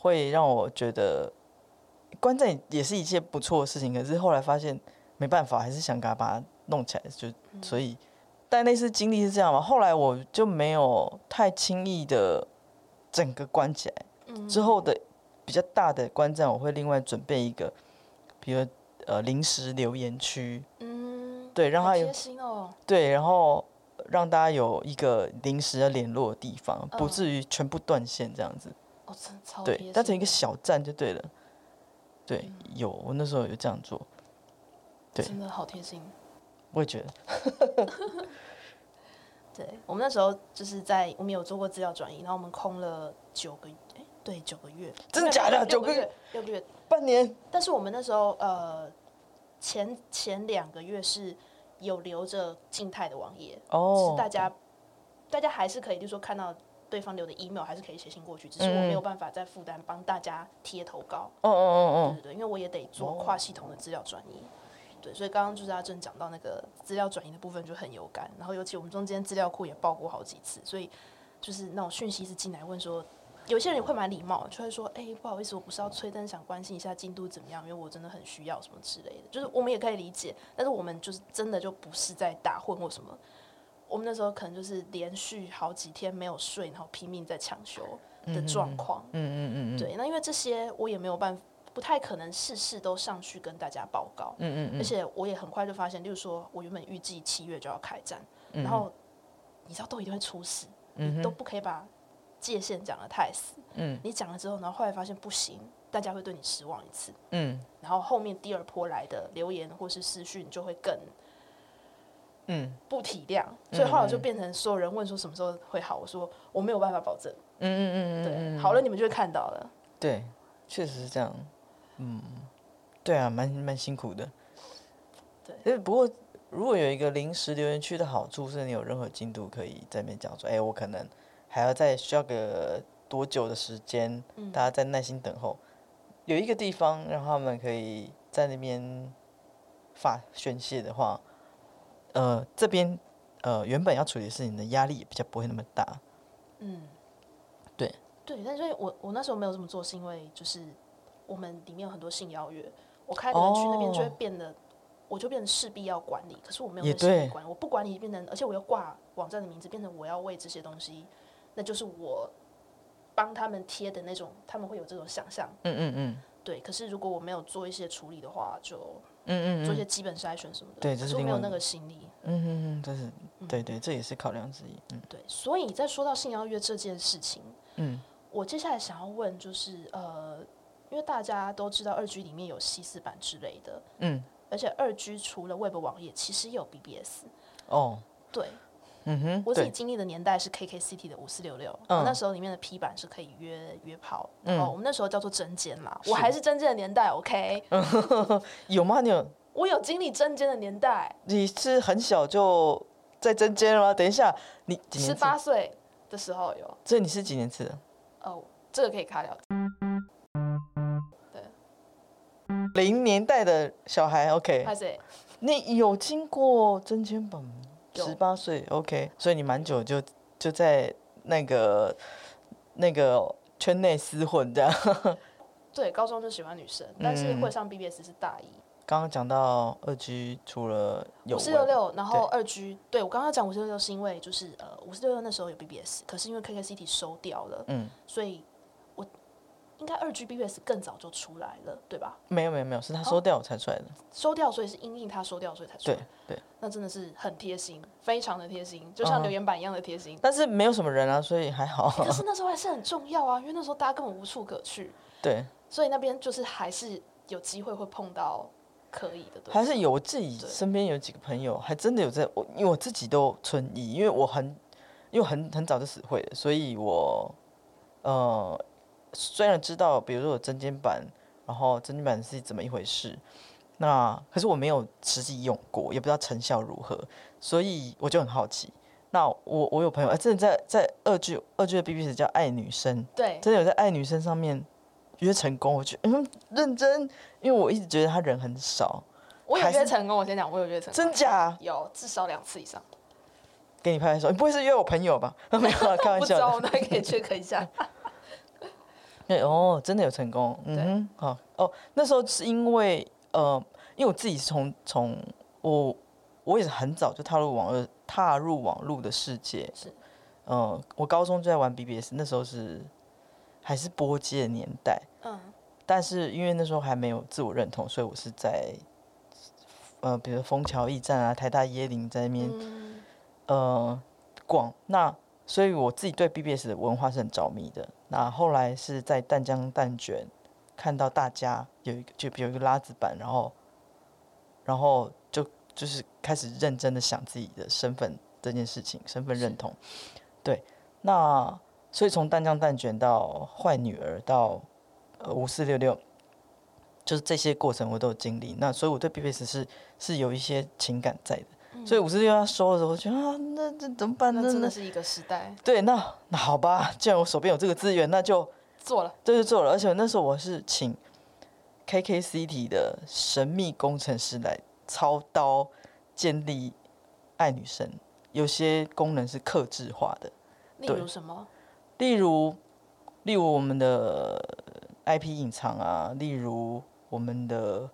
C: 会让我觉得关在也是一件不错的事情，可是后来发现没办法，还是想给他把它弄起来，就所以，但那次经历是这样嘛，后来我就没有太轻易的整个关起来，之后的比较大的观战，我会另外准备一个，比如呃临时留言区，
B: 嗯，
C: 对，让
B: 好
C: 他有
B: 贴心哦，
C: 对，然后让大家有一个临时的联络的地方，不
B: 嗯
C: 至于全部断线这样子。
B: 哦，真的超贴
C: 对
B: 心，
C: 当成一个
B: 的
C: 小站就对了。对，
B: 嗯
C: 有我那时候有这样做，对
B: 真的好贴心。
C: 我也觉得
B: 对我们那时候就是在我们有做过资料转移，然后我们空了九个，哎，对，九个月，
C: 真的假的
B: 六
C: 九个
B: 个
C: 月
B: 月，六个月。
C: 半年
B: 但是我们那时候呃，前前两个月是有留着静态的网页，
C: 哦
B: 是，大家大家还是可以，就是说看到对方留的 email 还是可以写信过去，只是我没有办法再负担帮大家贴投稿，
C: 嗯嗯
B: 对
C: 嗯
B: 对对，因为我也得做跨系统的资料转移。对，所以刚刚就是阿正讲到那个资料转移的部分就很有感，然后尤其我们中间资料库也爆过好几次，所以就是那种讯息一直进来问说，有些人也会蛮礼貌，就会说，哎、不好意思，我不是要催，但是想关心一下进度怎么样，因为我真的很需要什么之类的，就是我们也可以理解，但是我们就是真的就不是在打混或什么，我们那时候可能就是连续好几天没有睡，然后拼命在抢修的状况，
C: 嗯嗯嗯嗯嗯
B: 对，那因为这些我也没有办法，不太可能事事都上去跟大家报告，
C: 嗯嗯
B: 而且我也很快就发现，例如说我原本预计七月就要开战，
C: 嗯
B: 然后你知道都一定会出事，你都不可以把界限讲得太死，
C: 嗯
B: 你讲了之后，然后后来发现不行，大家会对你失望一次，
C: 嗯
B: 然后后面第二波来的留言或是私讯就会更
C: 嗯
B: 不体谅，所以后来我就变成所有人问说什么时候会好，我说我没有办法保证，
C: 嗯嗯嗯
B: 对，好了你们就会看到了。
C: 对，确实是这样。嗯，对啊，蛮蛮辛苦的。
B: 对
C: 对，不过如果有一个临时留言区的好处是，你有任何进度可以在那边讲说，哎、我可能还要再需要个多久的时间，大家再耐心等候。有一个地方让他们可以在那边发宣泄的话，呃，这边呃原本要处理的事情的压力也比较不会那么大。
B: 嗯，
C: 对
B: 对，但是我我那时候没有这么做，是因为就是我们里面有很多性邀约，我开留言区那边就会
C: 哦
B: 变得，我就变成势必要管理，可是我没有
C: 也
B: 那心
C: 对
B: 理管理，我不管理变成，而且我要挂网站的名字，变成我要为这些东西，那就是我帮他们贴的那种，他们会有这种想象，
C: 嗯嗯嗯
B: 对。可是如果我没有做一些处理的话，就
C: 嗯嗯
B: 做一
C: 嗯
B: 些基本筛选什么的，
C: 对这
B: 可
C: 是
B: 是我
C: 另
B: 没有
C: 外
B: 那
C: 一
B: 个心力，
C: 嗯嗯嗯，这是对对，这也是考量之一。嗯
B: 对。所以在说到性邀约这件事情，
C: 嗯。
B: 我接下来想要问就是，呃，因为大家都知道二 G 里面有西四版之类的，
C: 嗯，
B: 而且二 G 除了 Web 网页，其实也有 BBS。
C: 哦，
B: 对
C: 嗯哼，
B: 我自己
C: 对，
B: 经历的年代是 KKCT 的五四六六，
C: 嗯
B: 我那时候里面的 P 版是可以约约炮，哦，我们那时候叫做针尖啦，我还是针尖的年代，OK，
C: 嗯有吗？你有
B: 我有经历针尖的年代，
C: 你是很小就在针尖了吗？等一下，你几
B: 十
C: 年次？
B: 八岁的时候有，
C: 所以你是几年次的？
B: 哦，这个可以卡掉，
C: 零年代的小孩，OK，
B: 拍谁？
C: 你有经过针尖吧？
B: 有
C: 十八岁，OK，所以你蛮久就就在那个那个圈内厮混这样。
B: 对，高中就喜欢女生，但是
C: 嗯
B: 会上 BBS 是大一，
C: 刚刚讲到二 G 除了有
B: 五四六
C: 问
B: 六，然后二 G，对我刚刚讲五四六六是因为就是呃五四六六那时候有 BBS，可是因为 KKCT 收掉了，
C: 嗯，
B: 所以我应该二 G BBS 更早就出来了，对吧？
C: 没有没有没有，
B: 哦
C: 是他收掉我才出来的。
B: 收掉，所以是因应它收掉，所以才出
C: 对
B: 来，
C: 对，嗯
B: 那真的是很贴心，非常的贴心，就像留言板一样的贴心。
C: 但是没有什么人啊，所以还好。
B: 可是那时候还是很重要啊，因为那时候大家根本无处可去，
C: 对，
B: 所以那边就是还是有机会会碰到可以的，对吧
C: 还。是有我自己
B: 对
C: 身边有几个朋友，还真的有在我，因为我自己都存疑，因为我很，因为我很很早就死会了，所以我，呃，虽然知道，比如说有针尖板，然后针尖板是怎么一回事，那可是我没有实际用过，也不知道成效如何，所以我就很好奇。那我我有朋友，哎、真的在在二剧二剧的 B B 是叫爱女生，
B: 对，
C: 真的有在爱女生上面约成功，我觉得嗯认真，因为我一直觉得他人很少，
B: 我有
C: 还是
B: 约成功，我先讲，我有约成功，
C: 真假？
B: 有至少两次以上。
C: 给你拍拍手，你不会是约我朋友吧？没有啊，开玩
B: 不知
C: 笑
B: 道，
C: 的。
B: 那可以 check 一下。
C: 对哦，真的有成功。嗯
A: 对
C: 哼，好哦，那时候是因为呃，因为我自己是从从我我也是很早就踏入网络踏入网络的世界。
B: 是，
C: 呃，我高中就在玩 BBS，那时候是还是波街的年代，
B: 嗯，
C: 但是因为那时候还没有自我认同，所以我是在呃，比如枫桥驿站啊、台大椰林在那边、
B: 嗯
C: 呃逛。那所以我自己对 BBS 的文化是很着迷的。那后来是在淡江蛋卷看到大家有一个就有一个拉子板，然后然后就就是开始认真的想自己的身份这件事情，身份认同。对，那所以从淡江蛋卷到坏女儿到呃五四六六。就是这些过程我都有经历，那所以我对 BBS 是是有一些情感在的。所以五十六要收的时候，我觉得啊，那这怎么办？
B: 嗯那
C: 那
B: 真
C: 那
B: 的是一个时代，
C: 对，那那好吧，既然我手边有这个资源，那就
B: 做了，
C: 这就做了。而且那时候我是请 KKCT 的神秘工程师来操刀建立爱女神，有些功能是克制化的，
B: 例
C: 对
B: 如什么？
C: 例如例如我们的 IP 隐藏啊，例如我们的，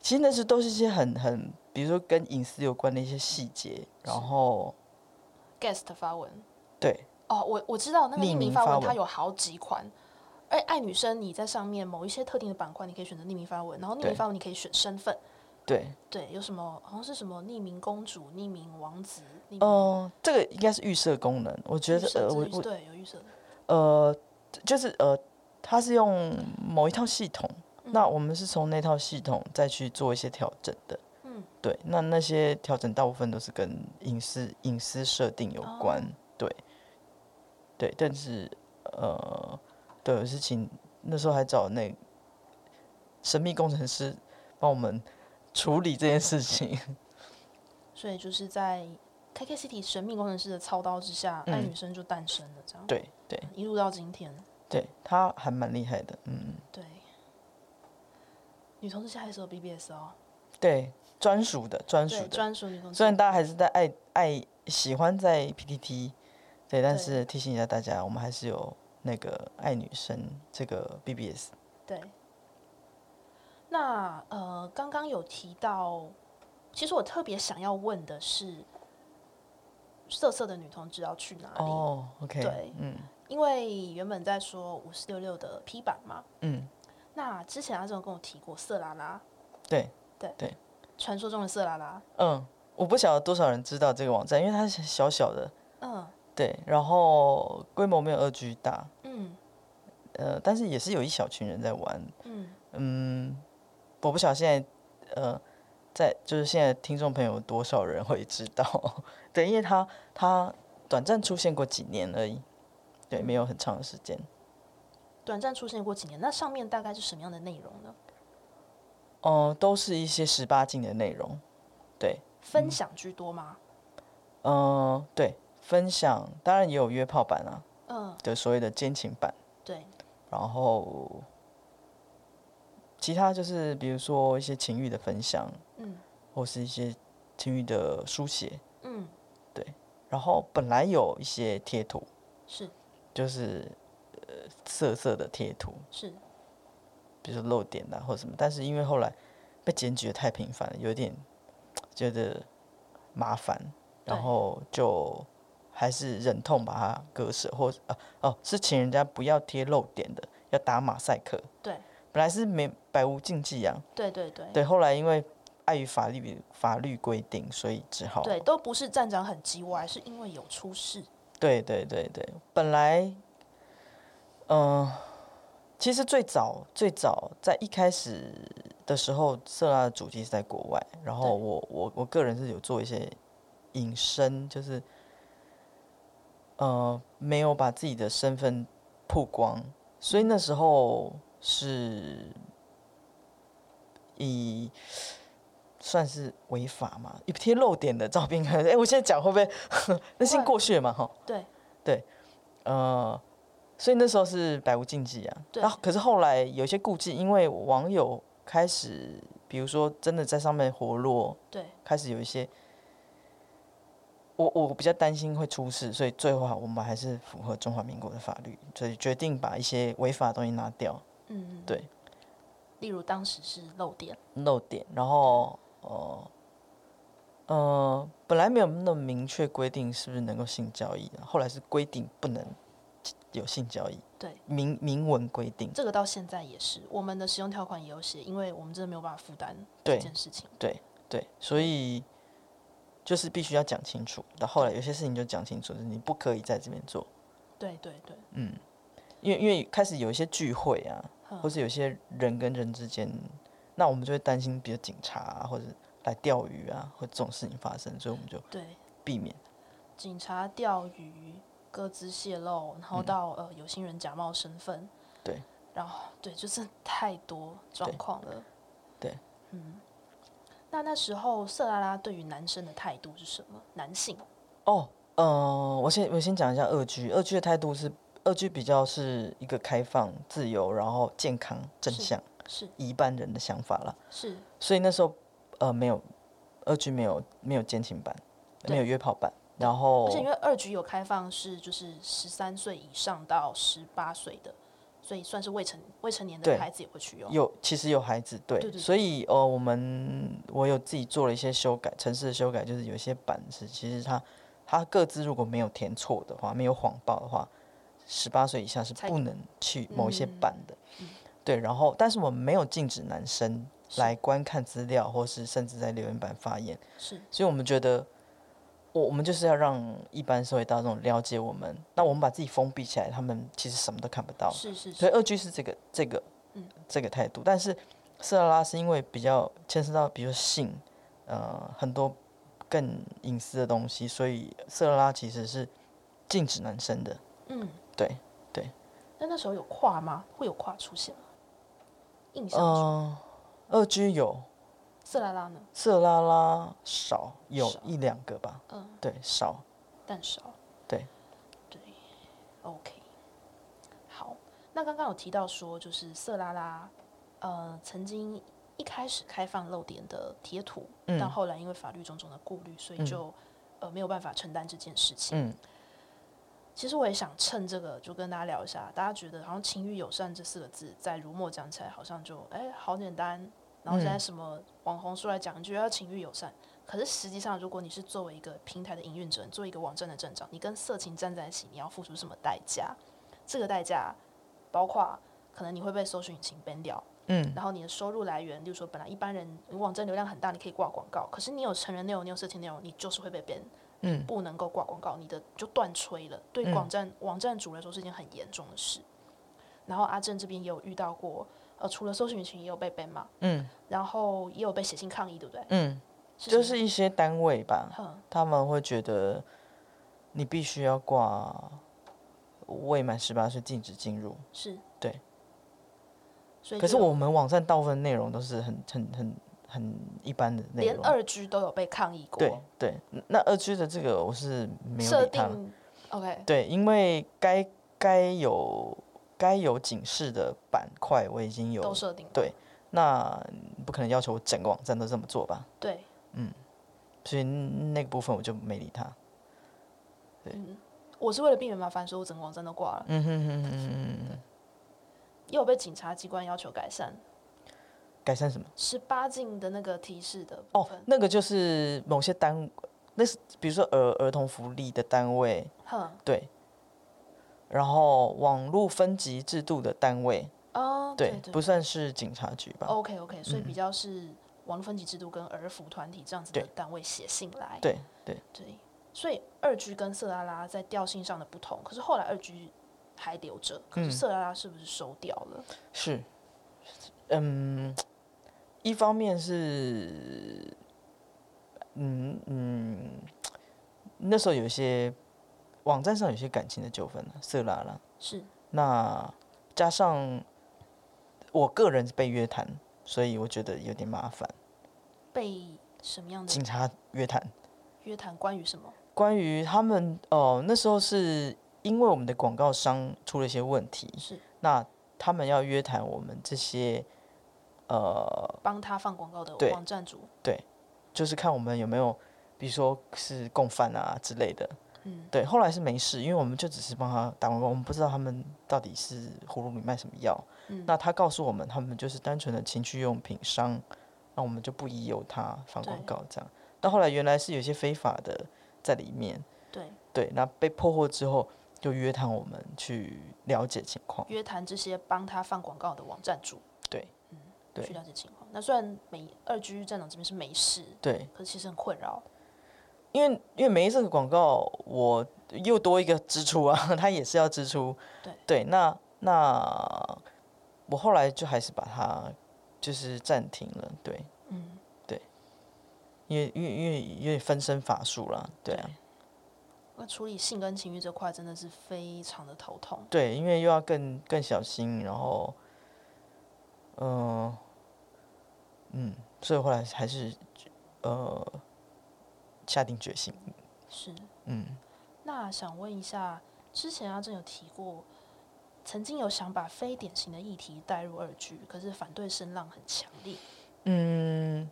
C: 其实那是都是一些很很，比如说跟隐私有关的一些细节，然后
B: guest 发文。
C: 对。
B: 哦，我我知道那个匿
C: 匿
B: 名
C: 名
B: 发
C: 发
B: 文，
C: 文
B: 它有好几款。而爱女生，你在上面某一些特定的板块，你可以选择匿名发文，然后匿
C: 对
B: 名发文你可以选身份。
C: 对，
B: 对，有什么好像是什么匿名公主、匿名王子、匿名
C: 嗯、这个应该是预设功能，我觉
B: 预
C: 得
B: 设
C: 呃，
B: 之
C: 我
B: 类
C: 我
B: 对有预设的，
C: 呃，就是呃，它是用某一套系统，
B: 嗯
C: 那我们是从那套系统再去做一些调整的。
B: 嗯，
C: 对，那那些调整大部分都是跟隐私隐私设定有关，
B: 哦
C: 对，对，但是呃，对，我是请那时候还找那神秘工程师帮我们处理这件事情，
B: 所以就是在 KK City 神秘工程师的操刀之下，
C: 嗯
B: 爱女生就诞生了，这样
C: 对对
B: 一路到今天。
C: 对，他还蛮厉害的，嗯。
B: 对，女同志现在还是有 BBS 哦，
C: 对，专属的，专属
B: 对，
C: 的。
B: 专属女同志
C: 虽。然大家还是在爱爱喜欢在 PTT，对，但
B: 对
C: 是提醒一下大家，我们还是有那个爱女生这个 BBS。
B: 对。那呃，刚刚有提到，其实我特别想要问的是，色色的女同志要去哪里？
C: 哦，OK，
B: 对
C: 嗯
B: 因为原本在说五四六六的 P 版嘛，
C: 嗯，
B: 那之前阿正有跟我提过色拉拉，
C: 对
B: 传说中的色拉拉，
C: 嗯，我不晓得多少人知道这个网站，因为它是小小的，
B: 嗯
C: 对，然后规模没有二 G 大，
B: 嗯
C: 呃，但是也是有一小群人在玩，
B: 嗯，
C: 嗯，我不晓得现在呃，在就是现在听众朋友有多少人会知道？ 对，因为他他短暂出现过几年而已，对，没有很长的时间。
B: 短暂出现过几年，那上面大概是什么样的内容呢？
C: 哦、都是一些十八禁的内容，对，
B: 分享居多吗？
C: 嗯、对，分享当然也有约炮版啊，
B: 嗯，
C: 对，所谓的奸情版，
B: 对，
C: 然后其他就是比如说一些情欲的分享，
B: 嗯
C: 或是一些情欲的书写，
B: 嗯
C: 然后本来有一些贴图，
B: 是
C: 就是呃色色的贴图，
B: 是，
C: 比如说露点啊或者什么，但是因为后来被检举的太频繁了，有点觉得麻烦，然
B: 对
C: 后就还是忍痛把它割舍，或啊哦是请人家不要贴露点的，要打马赛克。
B: 对
C: 本来是没百无禁忌啊，
B: 对对对
C: 对，后来因为碍于法律法律规定，所以只好
B: 对，都不是站长很叽歪，是因为有出事。
C: 对对对对，本来，嗯、其实最早最早在一开始的时候，色拉的主题是在国外，然后
B: 对
C: 我我我个人是有做一些隐身，就是呃没有把自己的身份曝光，所以那时候是以。算是违法嘛？一贴露点的照片，哎、我现在讲会不 会那已经
B: 会
C: 过去了嘛？哈，
B: 对
C: 呃，所以那时候是百无禁忌啊。
B: 对
C: 然后可是后来有一些顾忌，因为网友开始，比如说真的在上面活络，
B: 对
C: 开始有一些我我比较担心会出事，所以最后啊我们还是符合中华民国的法律，所以决定把一些违法的东西拿掉，
B: 嗯，
C: 对。
B: 例如当时是漏电，
C: 漏点，然后呃呃，本来没有那么明确规定是不是能够性交易，后来是规定不能有性交易，
B: 对，
C: 明明文规定，
B: 这个到现在也是，我们的使用条款也有写，因为我们真的没有办法负担这
C: 对
B: 件事情。
C: 对，所以就是必须要讲清楚。到后来有些事情就讲清楚，就是你不可以在这边做，
B: 对对对，
C: 嗯，因为因为开始有一些聚会啊，
B: 嗯
C: 或是有些人跟人之间，那我们就会担心，比如警察、啊、或者来钓鱼啊，或这种事情发生，所以我们就
B: 对，
C: 避免。
B: 警察钓鱼、各自泄露，然后到、呃有心人假冒身份，
C: 嗯对，
B: 然后对，就是太多状况了。
C: 对，
B: 嗯，那那时候色拉拉对于男生的态度是什么？男性，
C: 哦，呃，我先我先讲一下二居，二居的态度是，二居比较是一个开放、自由，然后健康、正
B: 是
C: 向，
B: 是
C: 一般人的想法啦。
B: 是，
C: 所以那时候呃没有二居没有没有奸情版，
B: 对
C: 没有约炮版，然后
B: 而且因为二局有开放是就是十三岁以上到十八岁的，所以算是未成未成年的
C: 对
B: 孩子也会去用。
C: 有其实有孩子对，
B: 对对
C: 所以呃我们我有自己做了一些修改，城市的修改就是有一些版是其实它它各自如果没有填错的话，没有谎报的话，十八岁以下是
B: 才
C: 不能去某一些
B: 嗯
C: 版的，对，然后但是我们没有禁止男生
B: 是
C: 来观看资料，或是甚至在留言板发言。
B: 是
C: 所以我们觉得，我我们就是要让一般社会大众了解我们，那我们把自己封闭起来，他们其实什么都看不到。
B: 是是
C: 所以
B: 是，
C: 二 G 是这个这个、
B: 嗯
C: 这个态度，但是色拉拉是因为比较牵涉到，比如说性，呃，很多更隐私的东西，所以色拉拉其实是禁止男生的。
B: 嗯，
C: 对。
B: 那那时候有跨吗？会有跨出现吗？印象
C: 嗯、
B: 中，
C: 二 G 有，
B: 色拉拉呢？
C: 色拉拉少，有
B: 少
C: 一两个吧。
B: 嗯，
C: 对，少。
B: 但少。
C: 对
B: 对，OK，好。那刚刚有提到说，就是色拉拉，呃，曾经一开始开放漏点的贴图，
C: 嗯
B: 但后来因为法律种种的顾虑，所以
C: 嗯
B: 就、呃没有办法承担这件事情。
C: 嗯，
B: 其实我也想趁这个就跟大家聊一下，大家觉得好像“情欲友善”这四个字在如墨讲起来好像就哎好简单，然后现
C: 嗯
B: 在什么网红出来讲一句要情欲友善，可是实际上如果你是作为一个平台的营运者，你作为一个网站的站长，你跟色情站在一起，你要付出什么代价？这个代价包括可能你会被搜索引擎 ban 掉，
C: 嗯，
B: 然后你的收入来源，例如说本来一般人你网站流量很大，你可以挂广告，可是你有成人内容，你有色情内容，你就是会被 ban。
C: 嗯
B: 不能够挂广告，你的就断吹了。对
C: 嗯
B: 网站、网站主来说是一件很严重的事。然后阿正这边也有遇到过，呃，除了搜索引擎也有被 ban 嘛，
C: 嗯
B: 然后也有被写信抗议，对不对？
C: 嗯，就
B: 什
C: 是一些单位吧，
B: 么嗯，
C: 他们会觉得你必须要挂未满十八岁禁止进入。
B: 是，
C: 对。
B: 所以
C: 可是
B: 就有
C: 我们网站大部分内容都是很很很很一般的内
B: 连
C: 容。
B: 二 G 都有被抗议
C: 对
B: 过，
C: 对，那二 G 的这个我是没有
B: 设
C: 理他。
B: 定 OK
C: 对，因为该该有该有警示的板块我已经
B: 都
C: 有，
B: 设定了
C: 对那不可能要求我整个网站都这么做吧？
B: 对，
C: 所以那个部分我就没理他。
B: 嗯，我是为了避免麻烦，所以我整个网站都挂了，
C: 嗯哼哼哼哼哼哼，
B: 也有被警察机关要求改善
C: 改善什么？
B: 十八禁的那个提示的部
C: 哦
B: 分，，
C: 那个就是某些单，那是比如说儿儿童福利的单位，
B: 哼，
C: 对，然后网络分级制度的单位，
B: 哦，
C: 对，
B: 对对哦
C: 不算是警察局吧？
B: OK OK，所以
C: 嗯
B: 比较是网络分级制度跟儿福团体这样子的
C: 对
B: 单位写信来。
C: 对对，
B: 对所以二 G 跟色拉拉在调性上的不同，可是后来二 G 还留着，可是
C: 嗯
B: 色拉拉是不是收掉了？
C: 是，嗯，一方面是，嗯嗯，那时候有一些网站上有一些感情的纠纷啊色拉拉，
B: 是
C: 那加上我个人是被约谈，所以我觉得有点麻烦。
B: 被什么样的
C: 警察约谈，
B: 约谈？关于什么？
C: 关于他们哦、呃那时候是因为我们的广告商出了一些问题，
B: 是
C: 那他们要约谈我们这些呃，
B: 帮他放广告的
C: 对
B: 网站主
C: 就是看我们有没有比如说是共犯啊之类的。嗯，对，后来是没事，因为我们就只是帮他打完工，我们不知道他们到底是葫芦里卖什么药。嗯，那他告诉我们，他们就是单纯的情趣用品商，那我们就不疑有他放广
B: 对
C: 告这样。但后来原来是有一些非法的在里面，
B: 对，
C: 对，那被破获之后就约谈我们去了解情况。
B: 约谈这些帮他放广告的网站主，
C: 哦对，
B: 嗯，
C: 对
B: 去了解情况。那虽然美二居站长这边是没事，
C: 对，
B: 可是其实很困扰，
C: 因为因为没这个广告，我又多一个支出啊， 他也是要支出。
B: 对
C: 那那我后来就还是把它就是暂停了，对，
B: 嗯，
C: 因为因为因为有点分身乏术啦，对啊，
B: 那处理性跟情欲这块真的是非常的头痛。
C: 对，因为又要更更小心，然后，嗯、嗯，所以后来还是呃下定决心，
B: 是，
C: 嗯。
B: 那想问一下，之前阿正有提过，曾经有想把非典型的议题带入二剧，可是反对声浪很强烈。
C: 嗯，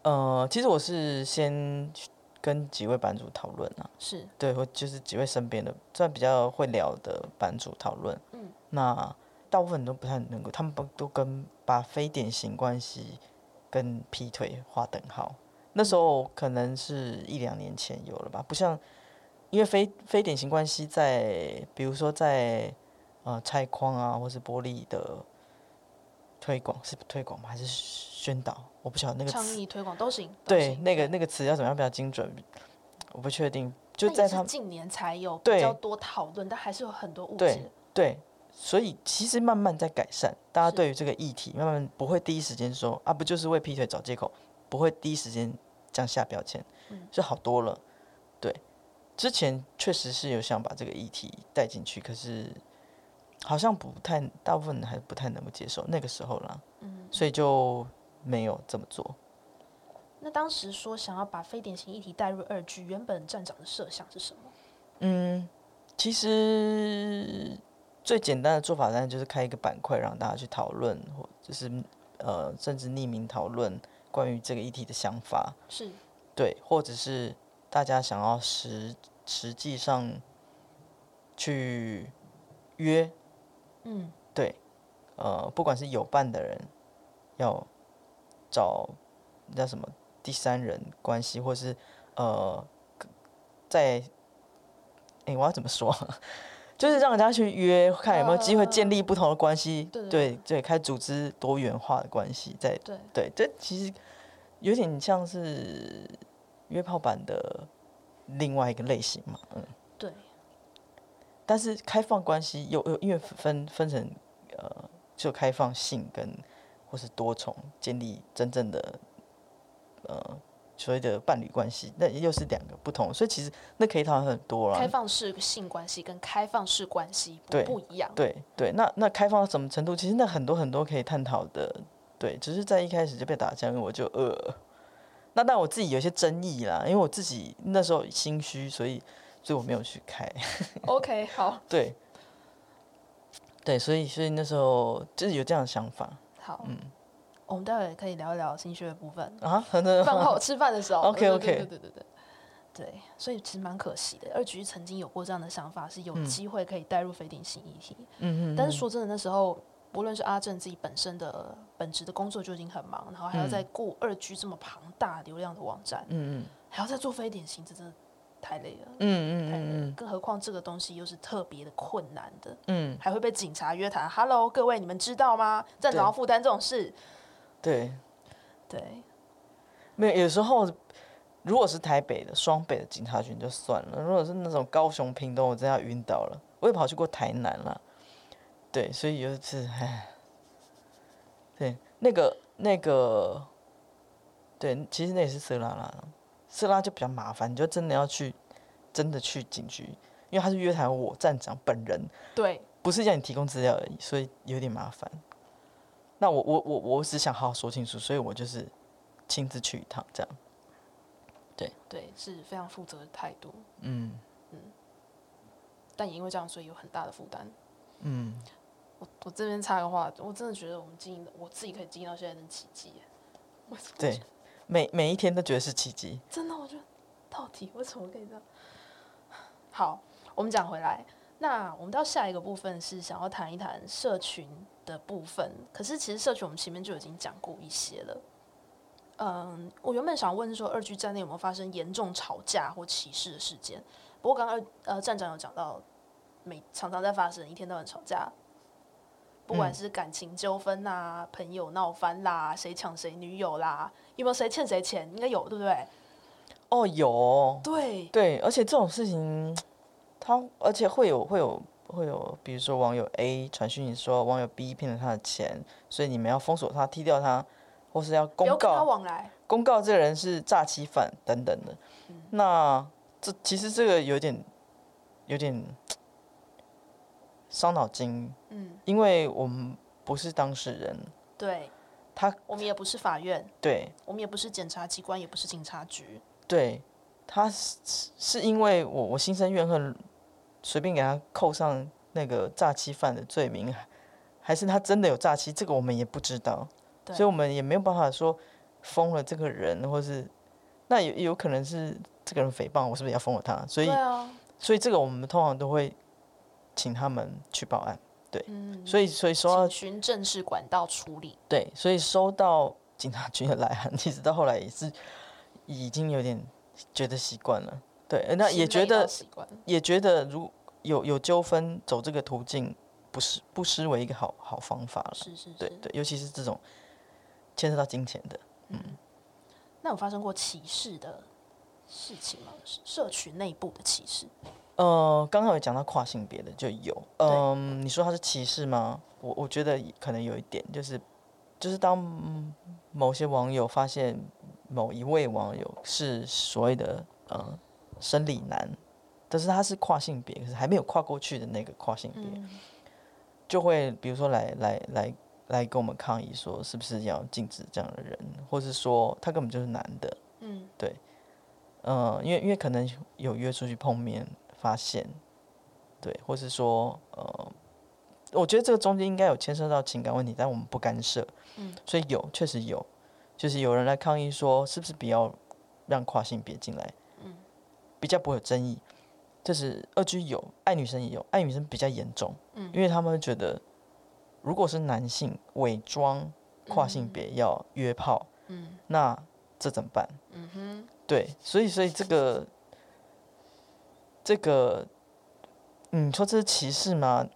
C: 呃，其实我是先去跟几位版主讨论啊，
B: 是，
C: 对，或就是几位身边的算比较会聊的版主讨论。
B: 嗯，
C: 那大部分都不太能够，他们不都跟把非典型关系跟劈腿划等号。那时候可能是一两年前有了吧，不像，因为非非典型关系在，比如说在呃拆框啊，或是玻璃的推广，是推广吗？还是宣导？我不晓得那个
B: 倡
C: 词，
B: 议推广都行。都
C: 对，
B: 行
C: 那个那个词要怎么样比较精准，我不确定。就
B: 但也
C: 在
B: 是
C: 他们。
B: 近年才有比
C: 对
B: 较多讨论，但还是有很多误
C: 对
B: 解。
C: 对，所以其实慢慢在改善，大家
B: 是
C: 对于这个议题慢慢不会第一时间说啊，不就是为劈腿找借口，不会第一时间这样下标签，
B: 嗯
C: 是好多了。对，之前确实是有想把这个议题带进去，可是好像不太，大部分人还不太能够接受那个时候啦，
B: 嗯，
C: 所以就没有这么做。
B: 那当时说想要把非典型议题带入二剧，原本站长的设想是什么？
C: 嗯，其实最简单的做法当然就是开一个板块让大家去讨论，或就是呃，甚至匿名讨论关于这个议题的想法，
B: 是
C: 对，或者是大家想要实实际上去约，
B: 嗯，
C: 对，呃，不管是有伴的人要找那叫什么第三人关系，或是呃，在诶，我要怎么说啊？就是让人家去约，看有没有机会建立不同的关系，
B: 对对
C: 对对，开始组织多元化的关系，在
B: 对，
C: 对，这其实有点像是约炮版的另外一个类型嘛，嗯。
B: 对，
C: 但是开放关系又又因为分分成呃，就开放性跟或是多重建立真正的呃所谓的伴侣关系，那又是两个不同，所以其实那可以讨论很多
B: 开
C: 啦。
B: 放式性关系跟开放式关系不
C: 对
B: 不一样。
C: 对对，那那开放到什么程度？其实那很多很多可以探讨的，对，只是在一开始就被打枪，因为我就呃，那但我自己有一些争议啦，因为我自己那时候心虚，所以所以我没有去开。
B: OK，好，
C: 对，对，所以所以那时候就是有这样的想法，
B: 好，我们待会可以聊一聊心血的部分
C: 嗯啊， 真的
B: 饭后吃饭的时候
C: OK，OK
B: 对对对对对对对，所以其实蛮可惜的。二局曾经有过这样的想法，是有机会可以带入非典型议题，
C: 嗯嗯嗯，
B: 但是说真的，那时候无论是阿正自己本身的本职的工作就已经很忙，然后还要再顾二居这么庞大流量的网站，
C: 嗯
B: 还要再做非典型，这真的太累了。
C: 嗯嗯
B: 太累了
C: 嗯
B: 更何况这个东西又是特别的困难的，
C: 嗯嗯，
B: 还会被警察约谈。Hello，各位，你们知道吗？站长要负担这种事，
C: 对，
B: 对，
C: 没有有时候如果是台北的双北的警察局就算了，如果是那种高雄、屏东，我真的要晕倒了。我也跑去过台南了，对，所以有一次，唉，对，那个那个，对，其实那也是色拉拉，色拉就比较麻烦，你就真的要去，真的去警局，因为他是约谈我站长本人，
B: 对，
C: 不是叫你提供资料而已，所以有点麻烦。那我我我我只想好好说清楚，所以我就是亲自去一趟这样。
B: 对，是非常负责的态度，
C: 嗯
B: 但也因为这样，所以有很大的负担。
C: 嗯，
B: 我我这边插个话，我真的觉得我们经营的，我自己可以经营到现在真奇迹耶，
C: 对，每每一天都觉得是奇迹。
B: 真的，我觉得到底为什么可以这样？ 好，我们讲回来，那我们到下一个部分是想要谈一谈社群的部分。可是其实社群我们前面就已经讲过一些了。嗯，我原本想问说，二居站内有没有发生严重吵架或歧视的事件？不过刚刚呃站长有讲到，每常常在发生，一天到晚吵架，不管是感情纠纷呐、朋友闹翻啦、谁抢谁女友啦，有没有谁欠谁钱？应该有，对不对？
C: 哦，有哦
B: 对，
C: 对，而且这种事情，他而且会有会有会有，比如说网友 A 传讯息说网友 B 骗了他的钱，所以你们要封锁他、踢掉他，或是要
B: 不
C: 公
B: 要跟他
C: 告
B: 往来。
C: 公告这个人是诈欺犯等等的。那这其实这个有点有点伤脑筋，
B: 嗯，
C: 因为我们不是当事人，
B: 对，
C: 他
B: 我们也不是法院，
C: 对
B: 我们也不是检察机关，也不是警察局。
C: 对，他是是是因为我我心生怨恨，随便给他扣上那个诈欺犯的罪名，还是他真的有诈欺？这个我们也不知道，
B: 对
C: 所以我们也没有办法说封了这个人，或是那有有可能是这个人诽谤我，是不是也要封了他？所以
B: 对啊，
C: 所以这个我们通常都会请他们去报案。
B: 嗯，
C: 所以所以说
B: 请
C: 到
B: 循正式管道处理。
C: 对，所以收到警察局的来函，其实到后来也是已经有点觉得习惯了。对，那也
B: 心
C: 觉
B: 累到
C: 得
B: 习惯。
C: 也觉得如有有纠纷走这个途径，不是不失为一个好好方法了。
B: 是是
C: 对
B: 是。
C: 对，尤其是这种牵涉到金钱的，
B: 那有发生过歧视的事情吗？社社群内部的歧视？
C: 呃，刚刚有讲到跨性别的就有，嗯，你说他是歧视吗？我我觉得可能有一点，就是就是当嗯某些网友发现某一位网友是所谓的呃生理男，但是他是跨性别，可是还没有跨过去的那个跨性别，
B: 嗯，
C: 就会比如说来来来来跟我们抗议说，是不是要禁止这样的人，或是说他根本就是男的，
B: 嗯，
C: 对，呃，因为因为可能有约出去碰面，发现，对，或是说呃，我觉得这个中间应该有牵涉到情感问题，但我们不干涉，
B: 嗯，
C: 所以有确实有，就是有人来抗议说，是不是不要让跨性别进来，嗯，比较不会有争议。就是二居有，爱女生也有，爱女生比较严重，嗯，因为他们觉得如果是男性伪装跨性别要约炮，嗯，那这怎么办？嗯哼，对，所以所以这个这个，你说这是歧视吗？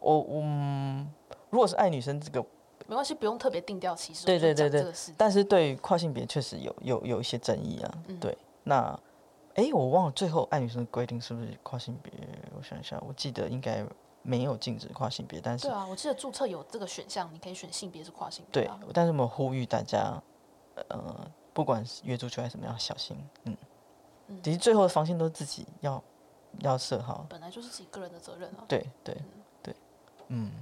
C: 我我、嗯如果是爱女生这个，
B: 没关系，不用特别定调歧视。
C: 对
B: 我就
C: 对对
B: 讲
C: 对
B: 这个事
C: 但是对于跨性别确实有有有一些争议啊。对，那诶，我忘了最后爱女生的规定是不是跨性别？我想一下，我记得应该没有禁止跨性别，但是
B: 对啊，我记得注册有这个选项，你可以选性别是跨性别
C: 对
B: 啊。，
C: 但是我们呼吁大家，呃，不管是约出去还是怎么样，小心。嗯，其实最后的防线都是自己要要设好。
B: 本来就是自己个人的责任啊，
C: 对对对，嗯，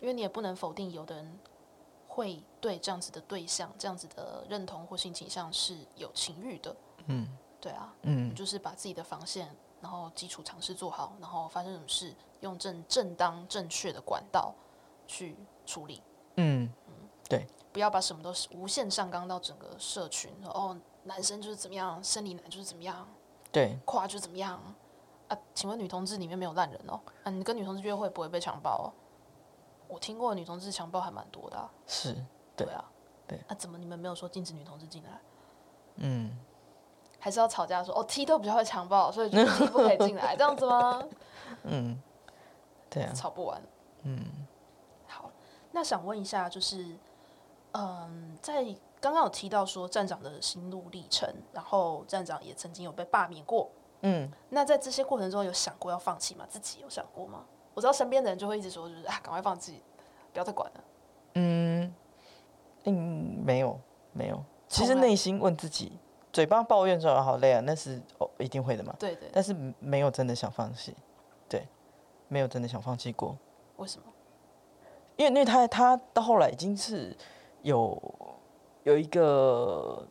B: 因为你也不能否定有的人会对这样子的对象、这样子的认同或性倾向是有情欲的。
C: 嗯
B: 对啊，
C: 嗯，
B: 就是把自己的防线，然后基础尝试做好，然后发生什么事，用正正当正确的管道去处理，
C: 嗯，
B: 不要把什么都是无限上纲到整个社群。哦，男生就是怎么样，生理男就是怎么样，
C: 对，
B: 跨就是怎么样啊？请问女同志里面没有烂人哦？啊，你跟女同志约会不会被强暴哦？我听过的女同志强暴还蛮多的啊、
C: 是，对
B: 对啊，
C: 对
B: 啊，怎么你们没有说禁止女同志进来？
C: 嗯，
B: 还是要吵架说哦，T 都比较会强暴，所以就 T 不可以进 来，这样子吗？
C: 嗯对啊，
B: 吵不完。嗯，好，那想问一下，就是，嗯，在刚刚有提到说站长的心路历程，然后站长也曾经有被罢免过。
C: 嗯，
B: 那在这些过程中，有想过要放弃吗？自己有想过吗？我知道身边的人就会一直说，就是啊，赶快放弃，不要再管了。
C: 嗯，嗯，没有，没有。其实
B: 从来
C: 内心问自己，嘴巴抱怨说啊好累啊，那是哦一定会的嘛。
B: 对对，
C: 但是没有真的想放弃，对，没有真的想放弃过，
B: 为什么？
C: 因为因为他他到后来已经是有有一个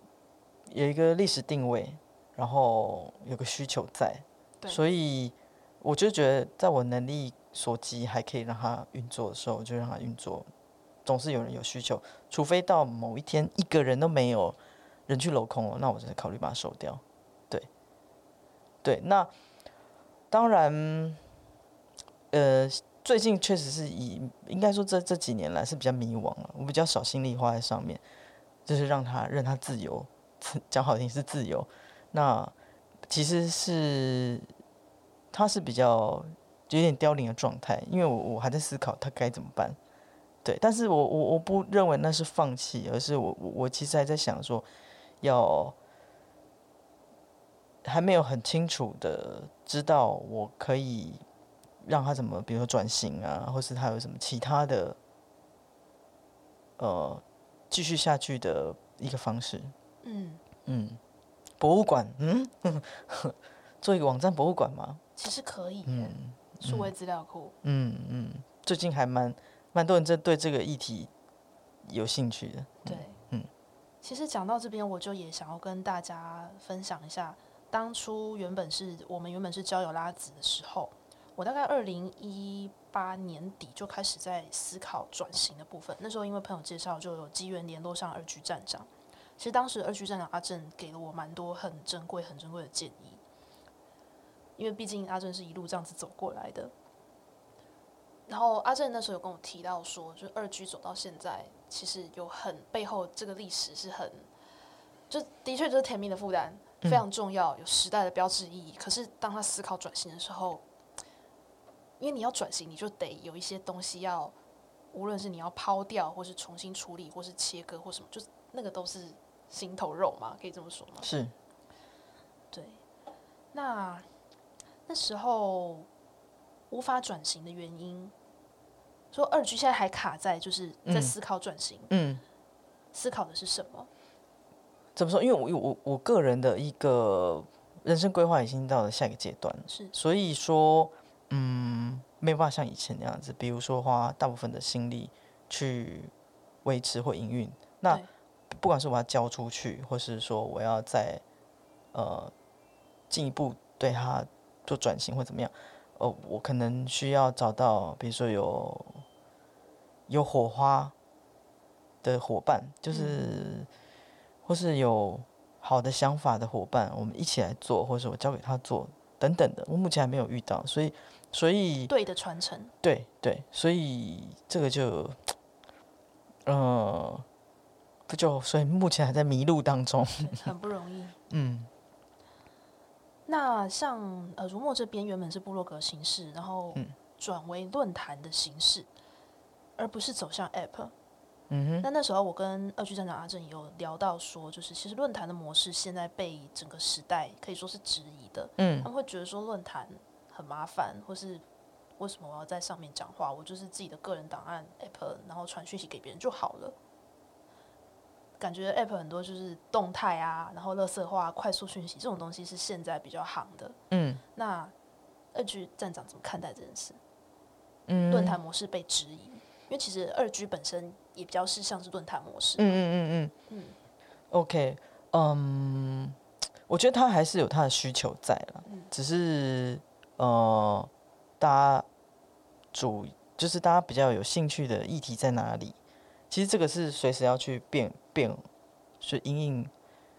C: 有一个历史定位，然后有个需求在，
B: 对
C: 所以我就觉得在我能力所及还可以让它运作的时候，我就让它运作。总是有人有需求，除非到某一天一个人都没有，人去楼空了，那我才考虑把它收掉。对，对，那当然，呃，最近确实是以应该说这这几年来是比较迷惘了，我比较少心力花在上面，就是让他让他自由，讲好听是自由，那其实是他是比较有点凋零的状态，因为我我还在思考他该怎么办。对，但是我我我不认为那是放弃，而是我我我其实还在想说，要还没有很清楚的知道我可以让他怎么，比如说转型啊，或是他有什么其他的，呃，继续下去的一个方式。
B: 嗯，
C: 嗯，博物馆，嗯， 做一个网站博物馆嘛，
B: 其实可以耶，数位资料库，
C: 嗯嗯，最近还蛮蛮多人在对这个议题有兴趣的。
B: 对，
C: 嗯。
B: 其实讲到这边，我就也想要跟大家分享一下，当初原本是我们原本是交友拉子的时候，我大概二零一八年底就开始在思考转型的部分。那时候因为朋友介绍，就有机缘联络上二区站长。其实当时二区站长阿正给了我蛮多很珍贵、很珍贵的建议，因为毕竟阿正是一路这样子走过来的。然后阿正那时候有跟我提到说，就是二居走到现在，其实有很背后这个历史是很，就的确就是甜蜜的负担，非常重要，有时代的标志意义。可是当他思考转型的时候，因为你要转型，你就得有一些东西要，无论是你要抛掉，或是重新处理，或是切割，或什么，就是那个都是心头肉嘛，可以这么说吗？
C: 是，
B: 对，那那时候无法转型的原因，说二居现在还卡在就是在
C: 嗯
B: 思考转型，
C: 嗯，
B: 思考的是什么？
C: 怎么说？因为我我我个人的一个人生规划已经到了下一个阶段了，
B: 是
C: 所以说，嗯，没有办法像以前那样子，比如说花大部分的心力去维持或营运。那
B: 对
C: 不管是我要交出去，或是说我要在呃进一步对它做转型或怎么样，呃，我可能需要找到，比如说有有火花的伙伴，就是、或是有好的想法的伙伴，我们一起来做，或者我交给他做等等的。我目前还没有遇到，所以所以
B: 对的传承，
C: 对对，所以这个就，呃，不就所以目前还在迷路当中。
B: 对很不容易。
C: 嗯
B: 那像呃如墨这边原本是部落格形式，然后
C: 嗯
B: 转为论坛的形式，而不是走向 App。
C: 嗯哼，
B: 那那时候我跟二区站长阿正也有聊到说，就是其实论坛的模式现在被整个时代可以说是质疑的，他
C: 嗯
B: 们会觉得说论坛很麻烦，或是为什么我要在上面讲话？我就是自己的个人档案 app，然后传讯息给别人就好了。感觉 app 很多就是动态啊，然后垃圾化、快速讯息这种东西是现在比较行的。
C: 嗯
B: 那二 G 站长怎么看待这件事？
C: 嗯，
B: 论坛模式被质疑，因为其实二 G 本身也比较是像是论坛模式。
C: 嗯嗯嗯嗯
B: 嗯
C: ，OK，嗯，我觉得他还是有他的需求在了，
B: 嗯
C: 只是呃，大家主就是大家比较有兴趣的议题在哪里？其实这个是随时要去变变，是因应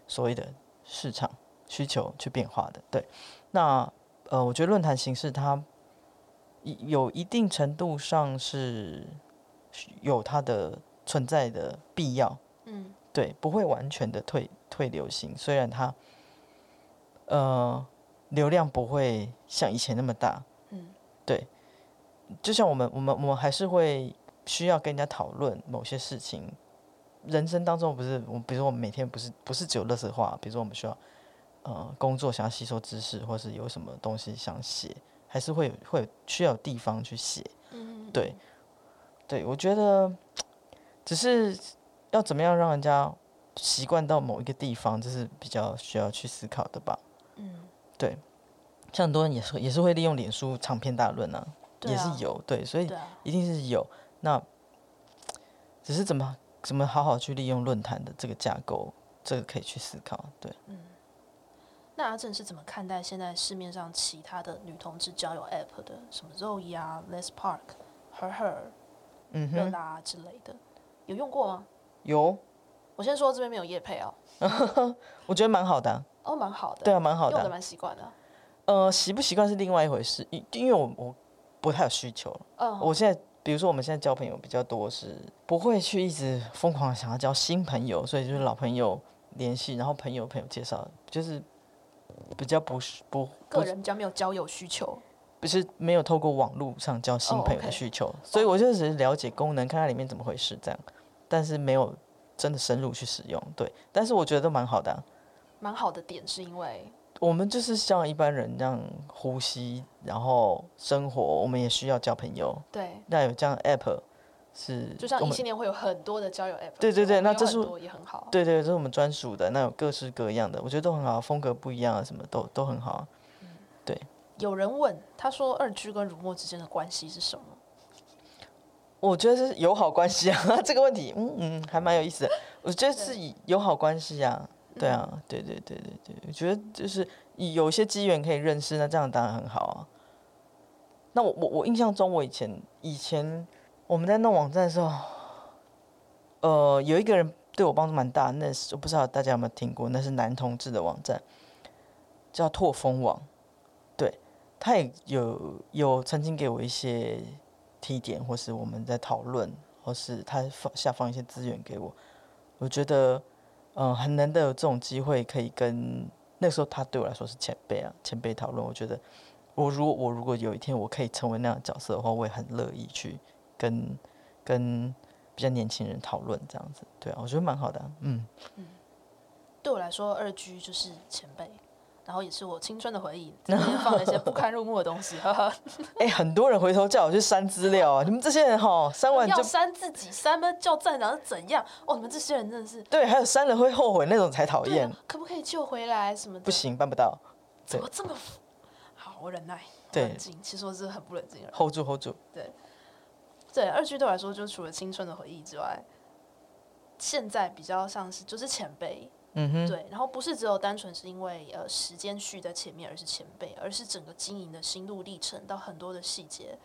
C: 所谓的市场需求去变化的。对，那呃，我觉得论坛形式它一有一定程度上是有它的存在的必要，
B: 嗯，
C: 对，不会完全的退退流行，虽然它呃流量不会像以前那么大，
B: 嗯，
C: 对，就像我们我们我们还是会需要跟人家讨论某些事情。人生当中不是我，比如说我们每天不是不是只有乐色话，比如说我们需要呃工作想要吸收知识，或是有什么东西想写，还是会有会有需要有地方去写。
B: 嗯，
C: 对对，我觉得只是要怎么样让人家习惯到某一个地方，这是比较需要去思考的吧。
B: 嗯，
C: 像很多人也是也是会利用脸书长篇大论啊，
B: 对
C: 也
B: 啊
C: 是有对，所以
B: 对啊，
C: 一定是有。那只是怎么怎么好好去利用论坛的这个架构，这个可以去思考。对，
B: 那阿正是怎么看待现在市面上其他的女同志交友 App 的，什么 Zoe 啊、Les Park、Her Her、
C: 嗯
B: 热
C: 哼，
B: 拉啊之类的，有用过吗？
C: 有，
B: 我先说这边没有叶配哦，
C: 我觉得蛮好的啊、
B: 哦，蛮好的，
C: 对啊，蛮好的
B: 用
C: 啊、
B: 的蛮习惯的啊，
C: 呃，习不习惯是另外一回事，因因为我我不太有需求了。
B: 嗯，
C: 我现在比如说我们现在交朋友比较多是不会去一直疯狂地想要交新朋友，所以就是老朋友联系，然后朋友朋友介绍，就是比较不是不
B: 个
C: 不
B: 人比较没有交友需求。
C: 不是没有透过网络上交新
B: 哦
C: 朋友的
B: OK
C: 需求所以我就只是了解功能，看看里面怎么回事这样，但是没有真的深入去使用。对，但是我觉得都蛮好的啊、
B: 蛮好的点是因为，
C: 我们就是像一般人这样呼吸，然后生活，我们也需要交朋友。
B: 对，
C: 那有这样的 app 是，
B: 就像
C: 我
B: 异
C: 们
B: 性恋会有很多的交友 app，
C: 对对对
B: 我们
C: 那
B: 有
C: 这
B: 很
C: 是
B: 多也很好。
C: 对对，这是我们专属的，那有各式各样的，我觉得都很好，风格不一样啊，什么都都很好啊。
B: 有人问他说，二居跟乳墨之间的关系是什么？
C: 我觉得是友好关系啊， 这个问题，嗯嗯，还蛮有意思的。我觉得是以友好关系啊，对啊，对对对对对，我觉得就是以有一些机缘可以认识，那这样当然很好啊。那我我我印象中，我以前以前我们在弄网站的时候，呃，有一个人对我帮助蛮大，那是我不知道大家有没有听过，那是男同志的网站，叫拓风网，对，他也有有曾经给我一些提点，或是我们在讨论，或是他放下放一些资源给我，我觉得，嗯、很难得有这种机会可以跟那时候他对我来说是前辈啊，前辈讨论。我觉得，我如果我如果有一天我可以成为那样的角色的话，我也很乐意去跟跟比较年轻人讨论这样子。对啊，我觉得蛮好的啊、嗯，
B: 对我来说，二居就是前辈，然后也是我青春的回忆，里面放了一些不堪入目的东西，呵 呵。
C: 哎、很多人回头叫我去删资料啊，你们这些人哈，删完
B: 要
C: 就
B: 删自己，删吧叫站长是怎样？哦，你们这些人真的是，
C: 对，还有删了会后悔那种才讨
B: 对
C: 厌
B: 啊，，可不可以救回来什么的？
C: 不，行，办不到
B: 怎么这么 好？我忍耐，我
C: 对
B: 冷静。其实我是很不冷静的人。
C: ，hold 住 hold 住。
B: 对，二居对我来说，就除了青春的回忆之外，现在比较像是就是前辈，
C: 嗯哼，
B: 对，然后不是只有单纯是因为呃时间序在前面，而是前辈，而是整个经营的心路历程到很多的细节。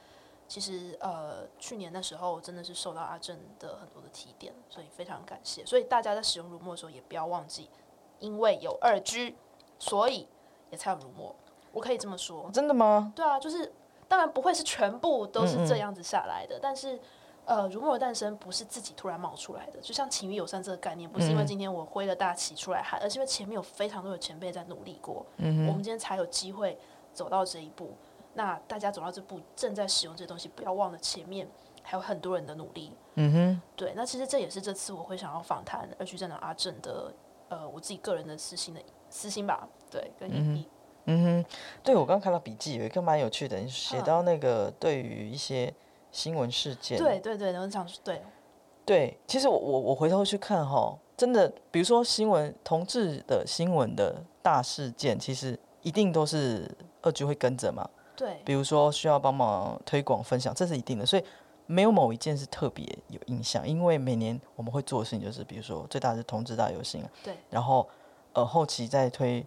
B: 其实呃，去年那时候真的是受到阿正的很多的提点，所以非常感谢。所以大家在使用如墨的时候，也不要忘记，因为有二 G，所以也才有如墨。我可以这么说，
C: 真的吗？
B: 对啊，就是当然不会是全部都
C: 嗯
B: 是这样子下来的，但是呃，如墨的诞生不是自己突然冒出来的，就像情欲友善这个概念，不是因为
C: 嗯
B: 今天我挥了大旗出来喊，而是因为前面有非常多的前辈在努力过，
C: 嗯
B: 我们今天才有机会走到这一步。那大家走到这步，正在使用这东西，不要忘了前面还有很多人的努力。
C: 嗯哼，
B: 对，那其实这也是这次我会想要访谈二区站长阿正的，呃，我自己个人的私心的私心吧，对，跟你、你
C: 嗯哼，对我刚看到笔记有一个蛮有趣的，你写
B: 嗯
C: 到那个对于一些新闻事件，
B: 对对对，然后想对，
C: 对，其实我我我回头去看哈，真的，比如说新闻同志的新闻的大事件，其实一定都是二局会跟着嘛，
B: 对，
C: 比如说需要帮忙推广分享，这是一定的，所以没有某一件是特别有印象，因为每年我们会做的事情就是，比如说最大的是同志大游行啊，
B: 对
C: 然后呃后期在推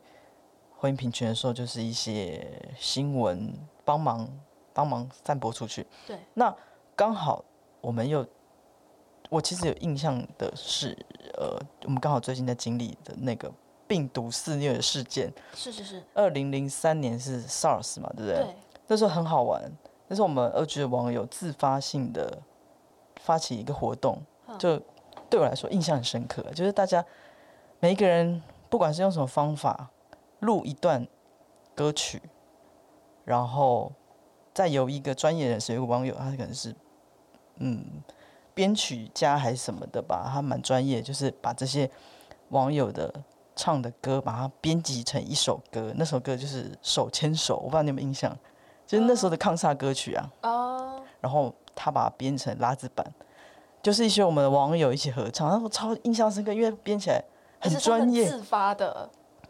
C: 婚姻平权的时候，就是一些新闻帮忙帮忙散播出去，
B: 对，
C: 那刚好我们又。我其实有印象的是，呃，我们刚好最近在经历的那个病毒肆虐的事件，
B: 是是是，
C: 二零零三年是 SARS 嘛，对不
B: 对，
C: 那时候很好玩，那时候我们二 G 的网友自发性的发起一个活动，就对我来说印象很深刻，就是大家每一个人不管是用什么方法录一段歌曲，然后再由一个专业人士，有一个网友，他可能是嗯编曲家还是什么的吧，他蛮专业，就是把这些网友的。唱的歌把它编辑成一首歌，那首歌就是《手牵手》，我不知道你有没有印象，就是那时候的抗萨歌曲啊，
B: 哦，
C: 然后他把它编成拉字版，就是一些我们的网友一起合唱，然后我超印象深刻，因为编起来
B: 而
C: 很
B: 且是他
C: 专
B: 们
C: 业，
B: 自发的，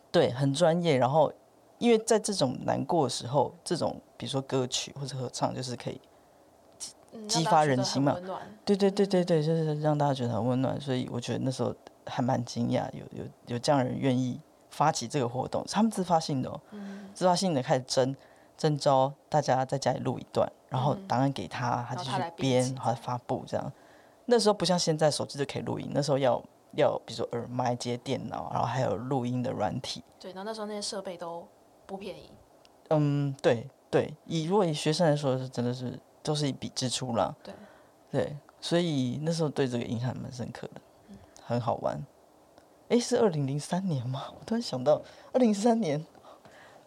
C: 对，很专业。然后因为在这种难过的时候，这种比如说歌曲或者合唱，就是可以，
B: 嗯让
C: 激
B: 大家
C: 发
B: 觉
C: 人
B: 得
C: 心
B: 很
C: 嘛
B: 温暖，
C: 对对对对对，就是让大家觉得很温暖。所以我觉得那时候还蛮惊讶，有有有这样的人愿意发起这个活动，他们自发性的、哦，
B: 嗯
C: 自发性的开始征征招大家在家里录一段，然后档案给他，他
B: 嗯然后
C: 继
B: 他
C: 续
B: 来编
C: 编
B: 辑，
C: 然后发布这样。那时候不像现在手机就可以录音，那时候要要比如说耳麦接电脑，然后还有录音的软体。
B: 对，然后那时候那些设备都不便宜，
C: 嗯，对对，以如果以学生来说，是真的是都是一笔支出啦。
A: 对
C: 对，所以那时候对这个印象还蛮深刻的，很好玩。诶，是二零零三年吗？我突然想到二零零三年，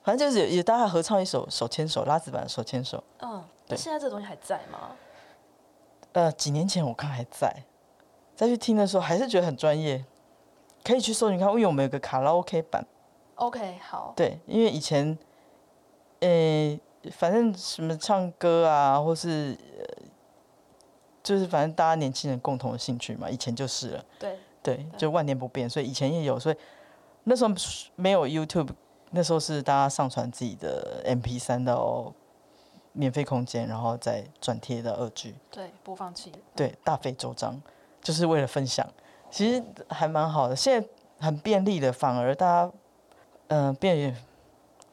C: 反正就是有有大家合唱一首《手牵手》拉子版的《手牵手》。
B: 嗯，
C: 对
B: 现在这东西还在吗？
C: 呃，几年前我看还在，再去听的时候还是觉得很专业，可以去搜你看，因为我们有个卡拉 OK 版，
B: OK，好，
C: 对，因为以前，呃，反正什么唱歌啊，或是呃，就是反正大家年轻人共同的兴趣嘛，以前就是了，
B: 对，
C: 对，就万年不变，所以以前也有，所以那时候没有 YouTube，那时候是大家上传自己的 MP 三到免费空间，然后再转贴到二 G。
B: 对，播放器，
C: 对，大费周章，就是为了分享，其实还蛮好的。现在很便利的，反而大家嗯、呃变得有点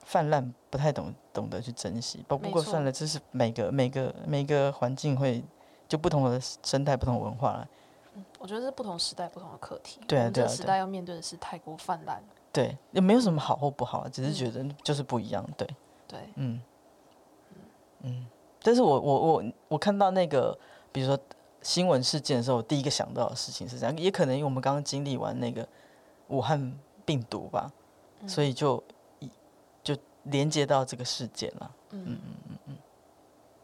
C: 泛滥，不太懂懂得去珍惜。不不
B: 没
C: 过
B: 错
C: 算了，这是每个每个每个环境会就不同的生态、不同文化了。
B: 我觉得是不同时代不同的课题。
C: 对啊
B: 我们这
C: 对啊
B: 个时
C: 对啊
B: 代要面对的是太过泛滥，
C: 对，也没有什么好或不好，
B: 嗯
C: 只是觉得就是不一样。对，
B: 对，
C: 嗯嗯。但是我我我我看到那个，比如说新闻事件的时候，我第一个想到的事情是这样，也可能因为我们刚刚经历完那个武汉病毒吧，所以就一就连接到这个事件了。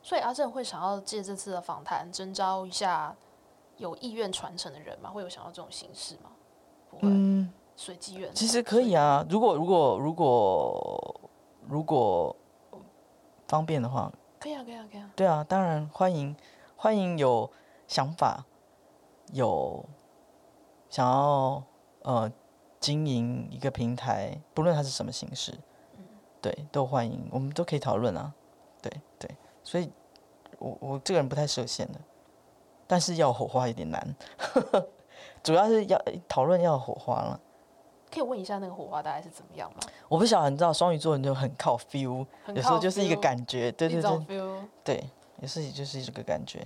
B: 所以阿正会想要借这次的访谈征召一下有意愿传承的人嘛？会有想要这种形式吗？不会，
C: 嗯，
B: 随机缘。
C: 其实可以啊，如果如果如果如果方便的话，
B: 可以啊，可以啊，可以啊。
C: 对啊，当然欢迎欢迎有想法，有想要呃经营一个平台，不论它是什么形式，
B: 嗯
C: 对，都欢迎，我们都可以讨论啊。对对，所以我我这个人不太设限的，但是要有火花有点难， 主要是要讨论要有火花了。
B: 可以问一下那个火花大概是怎么样吗？
C: 我不晓得，你知道双鱼座人就很靠 feel，
B: 很
C: 有时候
B: 靠哦
C: 就是一个
B: feel，
C: 感觉，对对
B: 一
C: 对
B: 种 feel。
C: 对，也是就是一个感觉。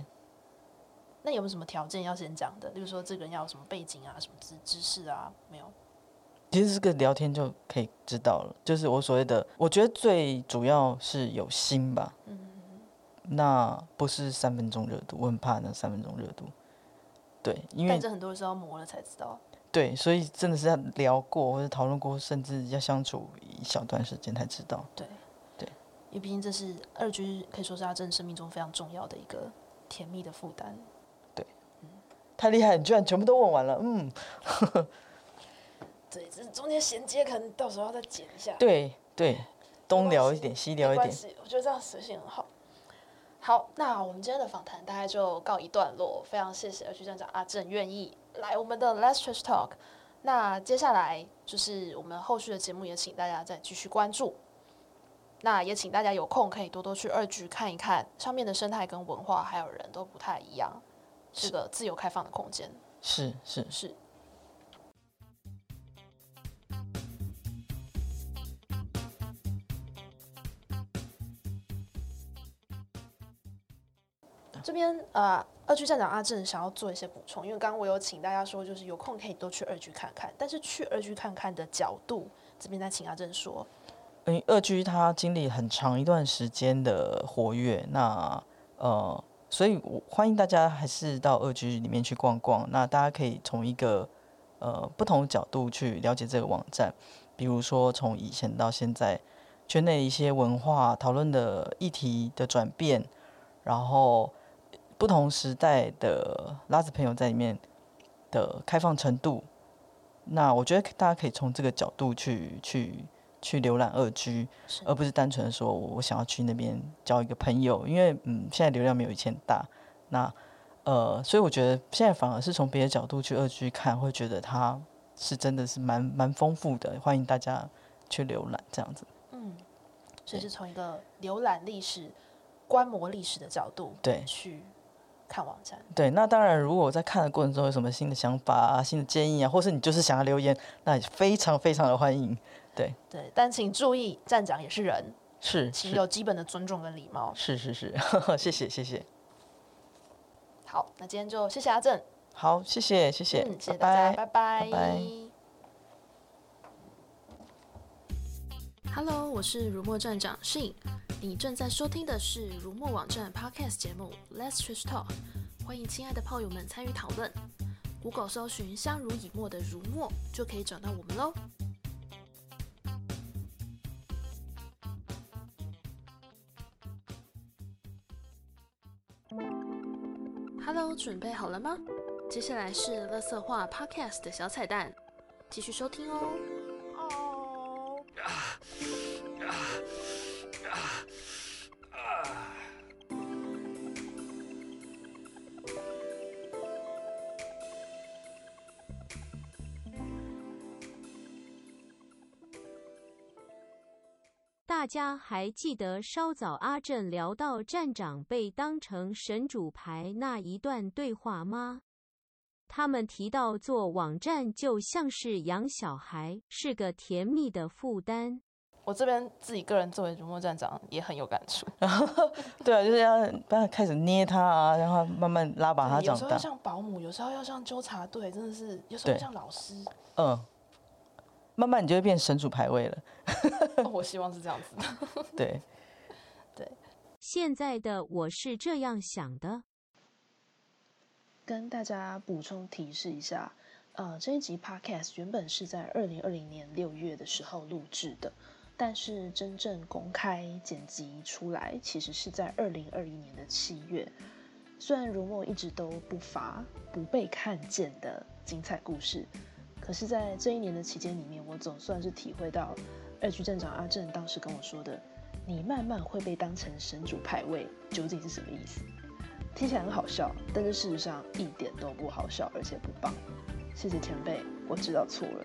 B: 那有没有什么条件要先讲的？例如说这个人要有什么背景啊，什么知知识啊？没有。
C: 其实这个聊天就可以知道了，就是我所谓的，我觉得最主要是有心吧。那不是三分钟热度，我很怕那三分钟热度。对，因为
B: 但这很多人是要磨了才知道。
C: 对，所以真的是要聊过或者讨论过，甚至要相处一小段时间才知道。
B: 因为毕竟这是二居，可以说是阿正生命中非常重要的一个甜蜜的负担。
C: 太厉害，你居然全部都问完了。嗯，
B: 对，这中间衔接可能到时候要再剪一下。
C: 对对，东聊一点，西聊
B: 没
C: 一
B: 关
C: 点。
B: 系，我觉得这样随性很好。好，那我们今天的访谈大概就告一段落，非常谢谢二区站长阿正愿意来我们的 Let's Trash Talk。那接下来就是我们后续的节目，也请大家再继续关注。那也请大家有空可以多多去二局看一看，上面的生态跟文化还有人都不太一样，是个自由开放的空间。
C: 是是，
B: 是。这边呃，二区站长阿正想要做一些补充，因为刚刚我有请大家说，就是有空可以多去二区看看，但是去二区看看的角度，这边再请阿正说，
C: 嗯，二居它经历很长一段时间的活跃，那呃，所以我欢迎大家还是到二居里面去逛逛。那大家可以从一个呃不同的角度去了解这个网站，比如说从以前到现在圈内一些文化讨论的议题的转变，然后不同时代的拉子朋友在里面的开放程度。那我觉得大家可以从这个角度去去去浏览二居，
B: 是
C: 而不是单纯地说我我想要去那边交一个朋友，因为嗯，现在流量没有以前大，那呃，所以我觉得现在反而是从别的角度去二居看，会觉得它是真的是蛮蛮丰富的，欢迎大家去浏览这样子。
B: 嗯，所以是从一个浏览历史、观摩历史的角度
C: 对
B: 去看网站。
C: 对，那当然，如果我在看的过程中有什么新的想法啊、新的建议啊，或是你就是想要留言，那也非常非常的欢迎。
B: 对，但请注意，站长也是人，
C: 是
B: 请
C: 是
B: 有基本的尊重跟礼貌。
C: 是是是， 谢谢谢谢，
B: 好，那今天就谢谢阿正，
C: 好，谢谢谢谢，
B: 嗯，谢谢
C: 拜
B: 大家，拜
C: 拜拜拜
A: Hello，我是如墨站长 Shin，你正在收听的是如墨网站 Podcast 节目 Let's Trash Talk，欢迎亲爱的炮友们参与讨论。Google 搜寻“相濡以沫”的如墨就可以找到我们喽。Hello，准备好了吗？接下来是乐色话 Podcast 的小彩蛋，继续收听哦。
B: 哦，
D: 大家还记得稍早阿正聊到站长被当成神主牌那一段对话吗？他们提到做网站就像是养小孩，是个甜蜜的负担。
B: 我这边自己个人作为如墨站长也很有感 触，
C: 对啊，就是要不要开始捏它啊，让它慢慢拉拔它
B: 嗯有
C: 长
B: 时候要
C: 大。
B: 像保姆，有时候要像纠察队，真的是有时候
C: 对
B: 要像老师。
C: 嗯，慢慢你就会变神主牌位了。
B: 哦我希望是这样子的。
C: 对，
D: 现在的我是这样想的。
A: 跟大家补充提示一下，呃，这一集 podcast 原本是在二零二零年六月的时候录制的，但是真正公开剪辑出来，其实是在二零二一年的七月。虽然如墨一直都不乏不被看见的精彩故事，可是，在这一年的期间里面，我总算是体会到二区站长阿正当时跟我说的“你慢慢会被当成神主牌位”究竟是什么意思。听起来很好笑，但是事实上一点都不好笑，而且不棒。谢谢前辈，我知道错了。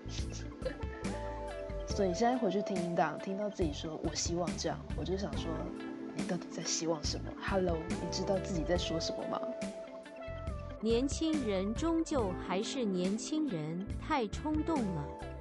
A: 所以现在回去听音档，听到自己说我希望这样，我就想说，你到底在希望什么？Hello，你知道自己在说什么吗？
D: 年轻人终究还是年轻人，太冲动了。